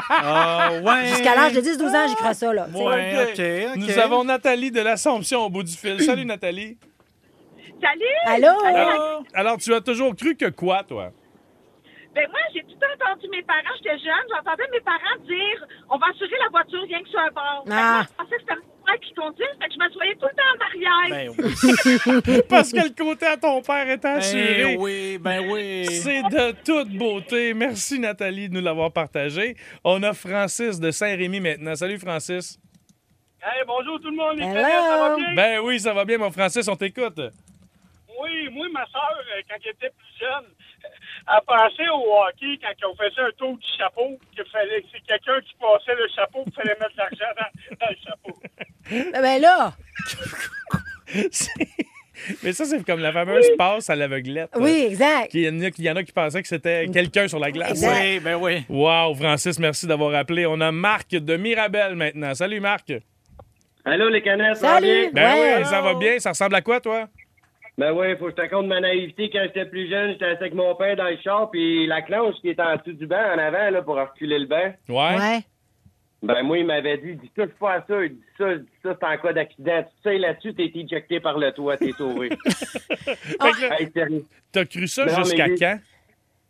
[SPEAKER 2] Ah, ouais.
[SPEAKER 3] Jusqu'à l'âge de 10-12 ans, j'ai cru à ça, là. tu sais.
[SPEAKER 1] Ouais,
[SPEAKER 2] ok, ok.
[SPEAKER 1] Nous avons Nathalie de l'Assomption au bout du fil. Salut, Nathalie.
[SPEAKER 6] Salut!
[SPEAKER 3] Allô?
[SPEAKER 1] Alors, alors, tu as toujours cru que quoi, toi?
[SPEAKER 6] Ben moi, j'ai tout entendu mes parents, j'étais jeune, j'entendais mes parents dire on va assurer la voiture rien que sur un bord. Fait que
[SPEAKER 3] Ah.
[SPEAKER 6] moi, Je pensais que c'était mon frère qui conduisait, fait que je m'assoyais tout le temps en arrière.
[SPEAKER 2] Ben oui.
[SPEAKER 1] Parce que le côté à ton père est assuré.
[SPEAKER 2] Ben oui, ben oui.
[SPEAKER 1] C'est de toute beauté. Merci Nathalie de nous l'avoir partagé. On a Francis de Saint-Rémy maintenant. Salut Francis.
[SPEAKER 7] Hey, bonjour tout le monde, les
[SPEAKER 3] Hello.
[SPEAKER 7] collègues, ça va bien?
[SPEAKER 1] Ben oui, ça va bien mon Francis, on t'écoute.
[SPEAKER 7] Oui, moi, ma soeur, quand elle était plus jeune, euh, elle pensait au hockey quand on faisait un tour du chapeau, qu'il fallait que c'est quelqu'un qui passait le chapeau, qu'il fallait mettre l'argent dans, dans le chapeau.
[SPEAKER 3] Ah Ben là,
[SPEAKER 1] C'est- Mais ça, c'est comme la fameuse passe à l'aveuglette.
[SPEAKER 3] oui, exact.
[SPEAKER 1] Il y, en a, qu'il y en a qui pensaient que c'était quelqu'un sur la glace.
[SPEAKER 3] Exact.
[SPEAKER 2] Oui, ben oui.
[SPEAKER 1] Wow, Francis, merci d'avoir appelé. On a Marc de Mirabel maintenant. Salut Marc.
[SPEAKER 8] Allô, les canettes, ça va
[SPEAKER 3] Salut!
[SPEAKER 8] bien?
[SPEAKER 1] Ben
[SPEAKER 3] Ouais.
[SPEAKER 1] oui, ça va bien. Ça ressemble à quoi, toi?
[SPEAKER 8] Ben ouais, faut que je te raconte ma naïveté. Quand j'étais plus jeune, j'étais assis avec mon père dans le char, puis la clanche qui était en dessous du banc, en avant, là, pour reculer le banc.
[SPEAKER 1] Ouais.
[SPEAKER 3] Ouais.
[SPEAKER 8] Ben moi, il m'avait dit, dis touche pas à ça, dis ça, dis ça, c'est en cas d'accident. Tu sais, là-dessus, t'es éjecté par le toit, t'es sauvé.
[SPEAKER 1] Fait
[SPEAKER 3] Ah.
[SPEAKER 1] que là,
[SPEAKER 8] Hey, sérieux,
[SPEAKER 1] t'as cru ça
[SPEAKER 8] Non, mais
[SPEAKER 1] jusqu'à
[SPEAKER 8] j'ai-
[SPEAKER 1] quand?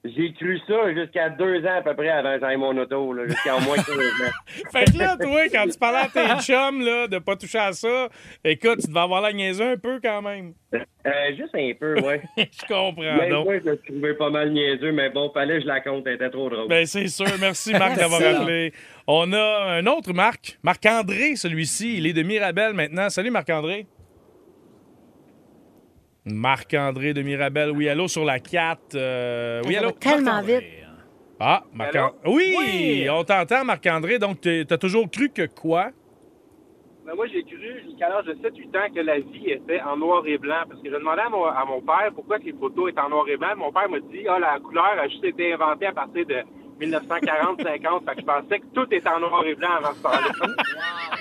[SPEAKER 8] J'ai cru ça jusqu'à deux ans à peu près avant que j'aille mon auto, là, jusqu'à au moins 15 ans.
[SPEAKER 1] Fait que là, toi, quand tu parlais à tes chums là, de pas toucher à ça, écoute, tu devais avoir la niaiseux un peu quand même.
[SPEAKER 8] Euh, juste un peu, ouais.
[SPEAKER 1] Je comprends,
[SPEAKER 8] Même
[SPEAKER 1] donc.
[SPEAKER 8] moi, je l'ai trouvé pas mal niaiseux, mais bon, fallait que je la compte, elle était trop drôle.
[SPEAKER 1] Ben, c'est sûr. Merci, Marc, d'avoir
[SPEAKER 3] Merci.
[SPEAKER 1] appelé. On a un autre Marc, Marc-André, celui-ci. Il est de Mirabel maintenant. Salut, Marc-André. Marc-André de Mirabel. Oui, allô, sur la 4. Euh, oui,
[SPEAKER 3] Ça
[SPEAKER 1] allô.
[SPEAKER 3] va tellement vite.
[SPEAKER 1] Ah, Marc-André. Oui,
[SPEAKER 2] Oui.
[SPEAKER 1] on t'entend, Marc-André. Donc, t'es- t'as toujours cru que quoi?
[SPEAKER 9] Ben, moi, j'ai cru jusqu'à l'âge de 7-8 ans que la vie était en noir et blanc. Parce que je demandais à mon, à mon père pourquoi que les photos étaient en noir et blanc. Mon père m'a dit Ah, la couleur a juste été inventée à partir de 1940-50. fait que je pensais que tout était en noir et blanc avant ce temps-là.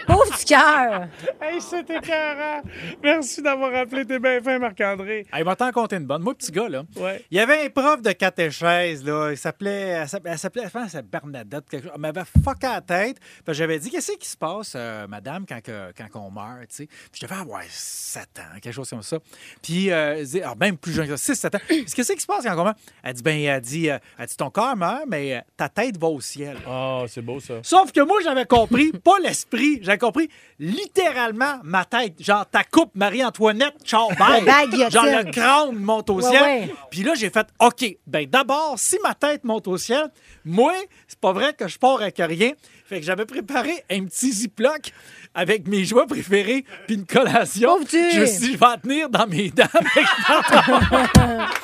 [SPEAKER 3] Pauvre petit cœur!
[SPEAKER 1] Hey, c'était carré. Merci d'avoir appelé. T'es bien fin, Marc-André.
[SPEAKER 2] Ah, il m'a tant compté une bonne. Moi, petit gars, là.
[SPEAKER 1] Ouais.
[SPEAKER 2] Il y avait un prof de catéchèse, là. Il s'appelait. Elle s'appelait, elle s'appelait- je pense que c'est Bernadette, quelque chose. Elle m'avait fucké la tête. Puis j'avais dit, qu'est-ce qui se passe, euh, madame, quand, que- quand on meurt, tu sais? Puis je devais avoir 7 ans, quelque chose comme ça. Puis, euh, elle disait- alors, même plus jeune que ça, 6, 7 ans. Puis qu'est-ce qui se passe quand on meurt? Elle dit, ben, elle dit, euh, elle dit, ton corps meurt, mais euh, ta tête va au ciel.
[SPEAKER 1] Oh, c'est beau, ça.
[SPEAKER 2] Sauf que moi, j'avais compris, pas l'esprit, j'avais compris littéralement ma tête. Genre, ta coupe, Marie-Antoinette, ciao, bye.
[SPEAKER 3] La guillotine.
[SPEAKER 2] Genre, le crâne monte au
[SPEAKER 3] Ouais,
[SPEAKER 2] ciel.
[SPEAKER 3] ouais.
[SPEAKER 2] Puis là, j'ai fait, OK, ben d'abord, si ma tête monte au ciel, moi, c'est pas vrai que je pars avec rien. Fait que j'avais préparé un petit ziploc avec mes joies préférées puis une collation.
[SPEAKER 3] Pauvre Dieu.
[SPEAKER 2] Je me suis dit, je vais en tenir dans mes dents. mais je vais en tenir.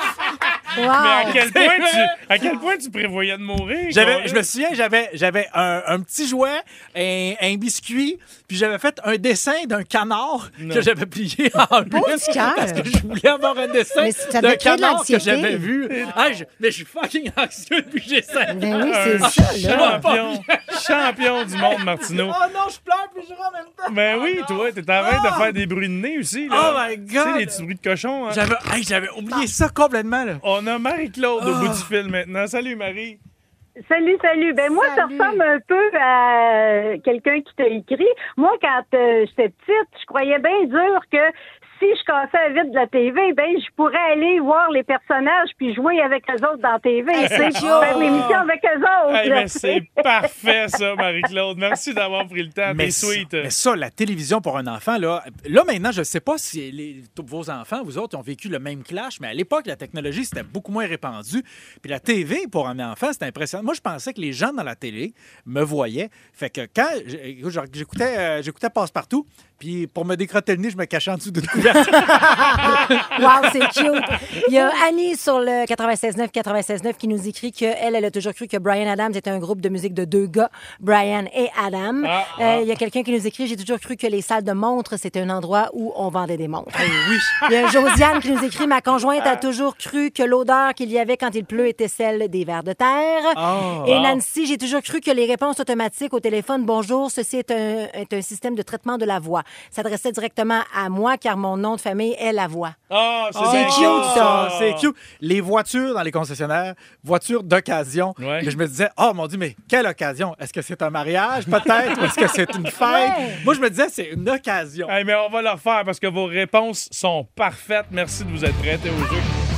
[SPEAKER 1] Mais à
[SPEAKER 3] Wow!
[SPEAKER 1] quel, point tu, à quel point tu prévoyais de mourir?
[SPEAKER 2] Ah, J'avais,
[SPEAKER 1] Colin?
[SPEAKER 2] je me souviens, j'avais, j'avais un, un petit jouet, un, un biscuit, puis j'avais fait un dessin d'un canard que j'avais plié en huit
[SPEAKER 3] petit cœur.
[SPEAKER 2] parce que je voulais avoir un dessin
[SPEAKER 3] Mais ça
[SPEAKER 2] d'un
[SPEAKER 3] devait créer de
[SPEAKER 2] canard que
[SPEAKER 3] l'anxiété.
[SPEAKER 2] j'avais vu. Ah, je- mais je suis fucking anxieux depuis que j'ai cinq ans.
[SPEAKER 3] Ben oui, c'est
[SPEAKER 1] Un
[SPEAKER 3] ça, là.
[SPEAKER 1] Euh, champion, champion du monde, Martineau.
[SPEAKER 2] Oh non, je pleure puis je rentre en même temps.
[SPEAKER 1] Ben oui, toi, t'es en train de
[SPEAKER 2] Ah!
[SPEAKER 1] faire des bruits de nez aussi. Là.
[SPEAKER 2] Oh my God!
[SPEAKER 1] Tu sais, les petits bruits de cochon. Hein?
[SPEAKER 2] J'avais, hey, j'avais
[SPEAKER 3] Ah.
[SPEAKER 2] oublié ça complètement là.
[SPEAKER 1] On a Marie-Claude au bout du fil maintenant. Salut, Marie.
[SPEAKER 5] Salut, salut. Ben moi,
[SPEAKER 3] Salut.
[SPEAKER 5] ça ressemble un peu euh, à quelqu'un qui t'a écrit. Moi, quand euh, j'étais petite, je croyais bien dur que si je cassais la vitre de la TV, ben je pourrais aller voir les personnages puis jouer avec eux autres dans la TV, tu sais, puis faire l'émission avec eux autres.
[SPEAKER 1] Hey,
[SPEAKER 5] là,
[SPEAKER 1] mais
[SPEAKER 5] tu
[SPEAKER 1] c'est
[SPEAKER 5] sais.
[SPEAKER 1] parfait, ça, Marie-Claude. Merci d'avoir pris le temps. T'es
[SPEAKER 2] ça-
[SPEAKER 1] sweet.
[SPEAKER 2] mais ça, la télévision pour un enfant, là, là maintenant, je ne sais pas si les- tous vos enfants, vous autres, ont vécu le même clash, mais à l'époque, la technologie, c'était beaucoup moins répandu. Puis la TV, pour un enfant, c'était impressionnant. Moi, je pensais que les gens dans la télé me voyaient. Fait que quand j'- écoute, j'écoutais, euh, j'écoutais Passe-Partout, puis pour me décrotter le nez, je me cachais en dessous d'une couverture.
[SPEAKER 3] Wow, c'est cute. Il y a Annie sur le 96.9, 96.9 qui nous écrit qu'elle, elle a toujours cru que Brian Adams était un groupe de musique de deux gars, Brian et Adam.
[SPEAKER 1] Ah,
[SPEAKER 3] Euh, Il y a quelqu'un qui nous écrit J'ai toujours cru que les salles de montres, c'était un endroit où on vendait des montres.
[SPEAKER 1] Eh
[SPEAKER 3] Il y a Josiane qui nous écrit Ma conjointe a toujours cru que l'odeur qu'il y avait quand il pleut était celle des vers de terre.
[SPEAKER 2] Ah.
[SPEAKER 3] Et Nancy, j'ai toujours cru que les réponses automatiques au téléphone, bonjour, ceci est un, est un système de traitement de la voix, s'adressait directement à moi car mon nom de famille est la voix.
[SPEAKER 1] Ah, c'est
[SPEAKER 2] C'est
[SPEAKER 1] bien
[SPEAKER 2] cute, ça! C'est cute. Les voitures dans les concessionnaires, voitures d'occasion.
[SPEAKER 1] Ouais.
[SPEAKER 2] que Je me disais, oh mon Dieu, mais quelle occasion? Est-ce que c'est un mariage, peut-être? ou est-ce que c'est une fête? Moi, je me disais, c'est une occasion.
[SPEAKER 1] Hey, mais on va le refaire parce que vos réponses sont parfaites. Merci de vous être prêtés au jeu.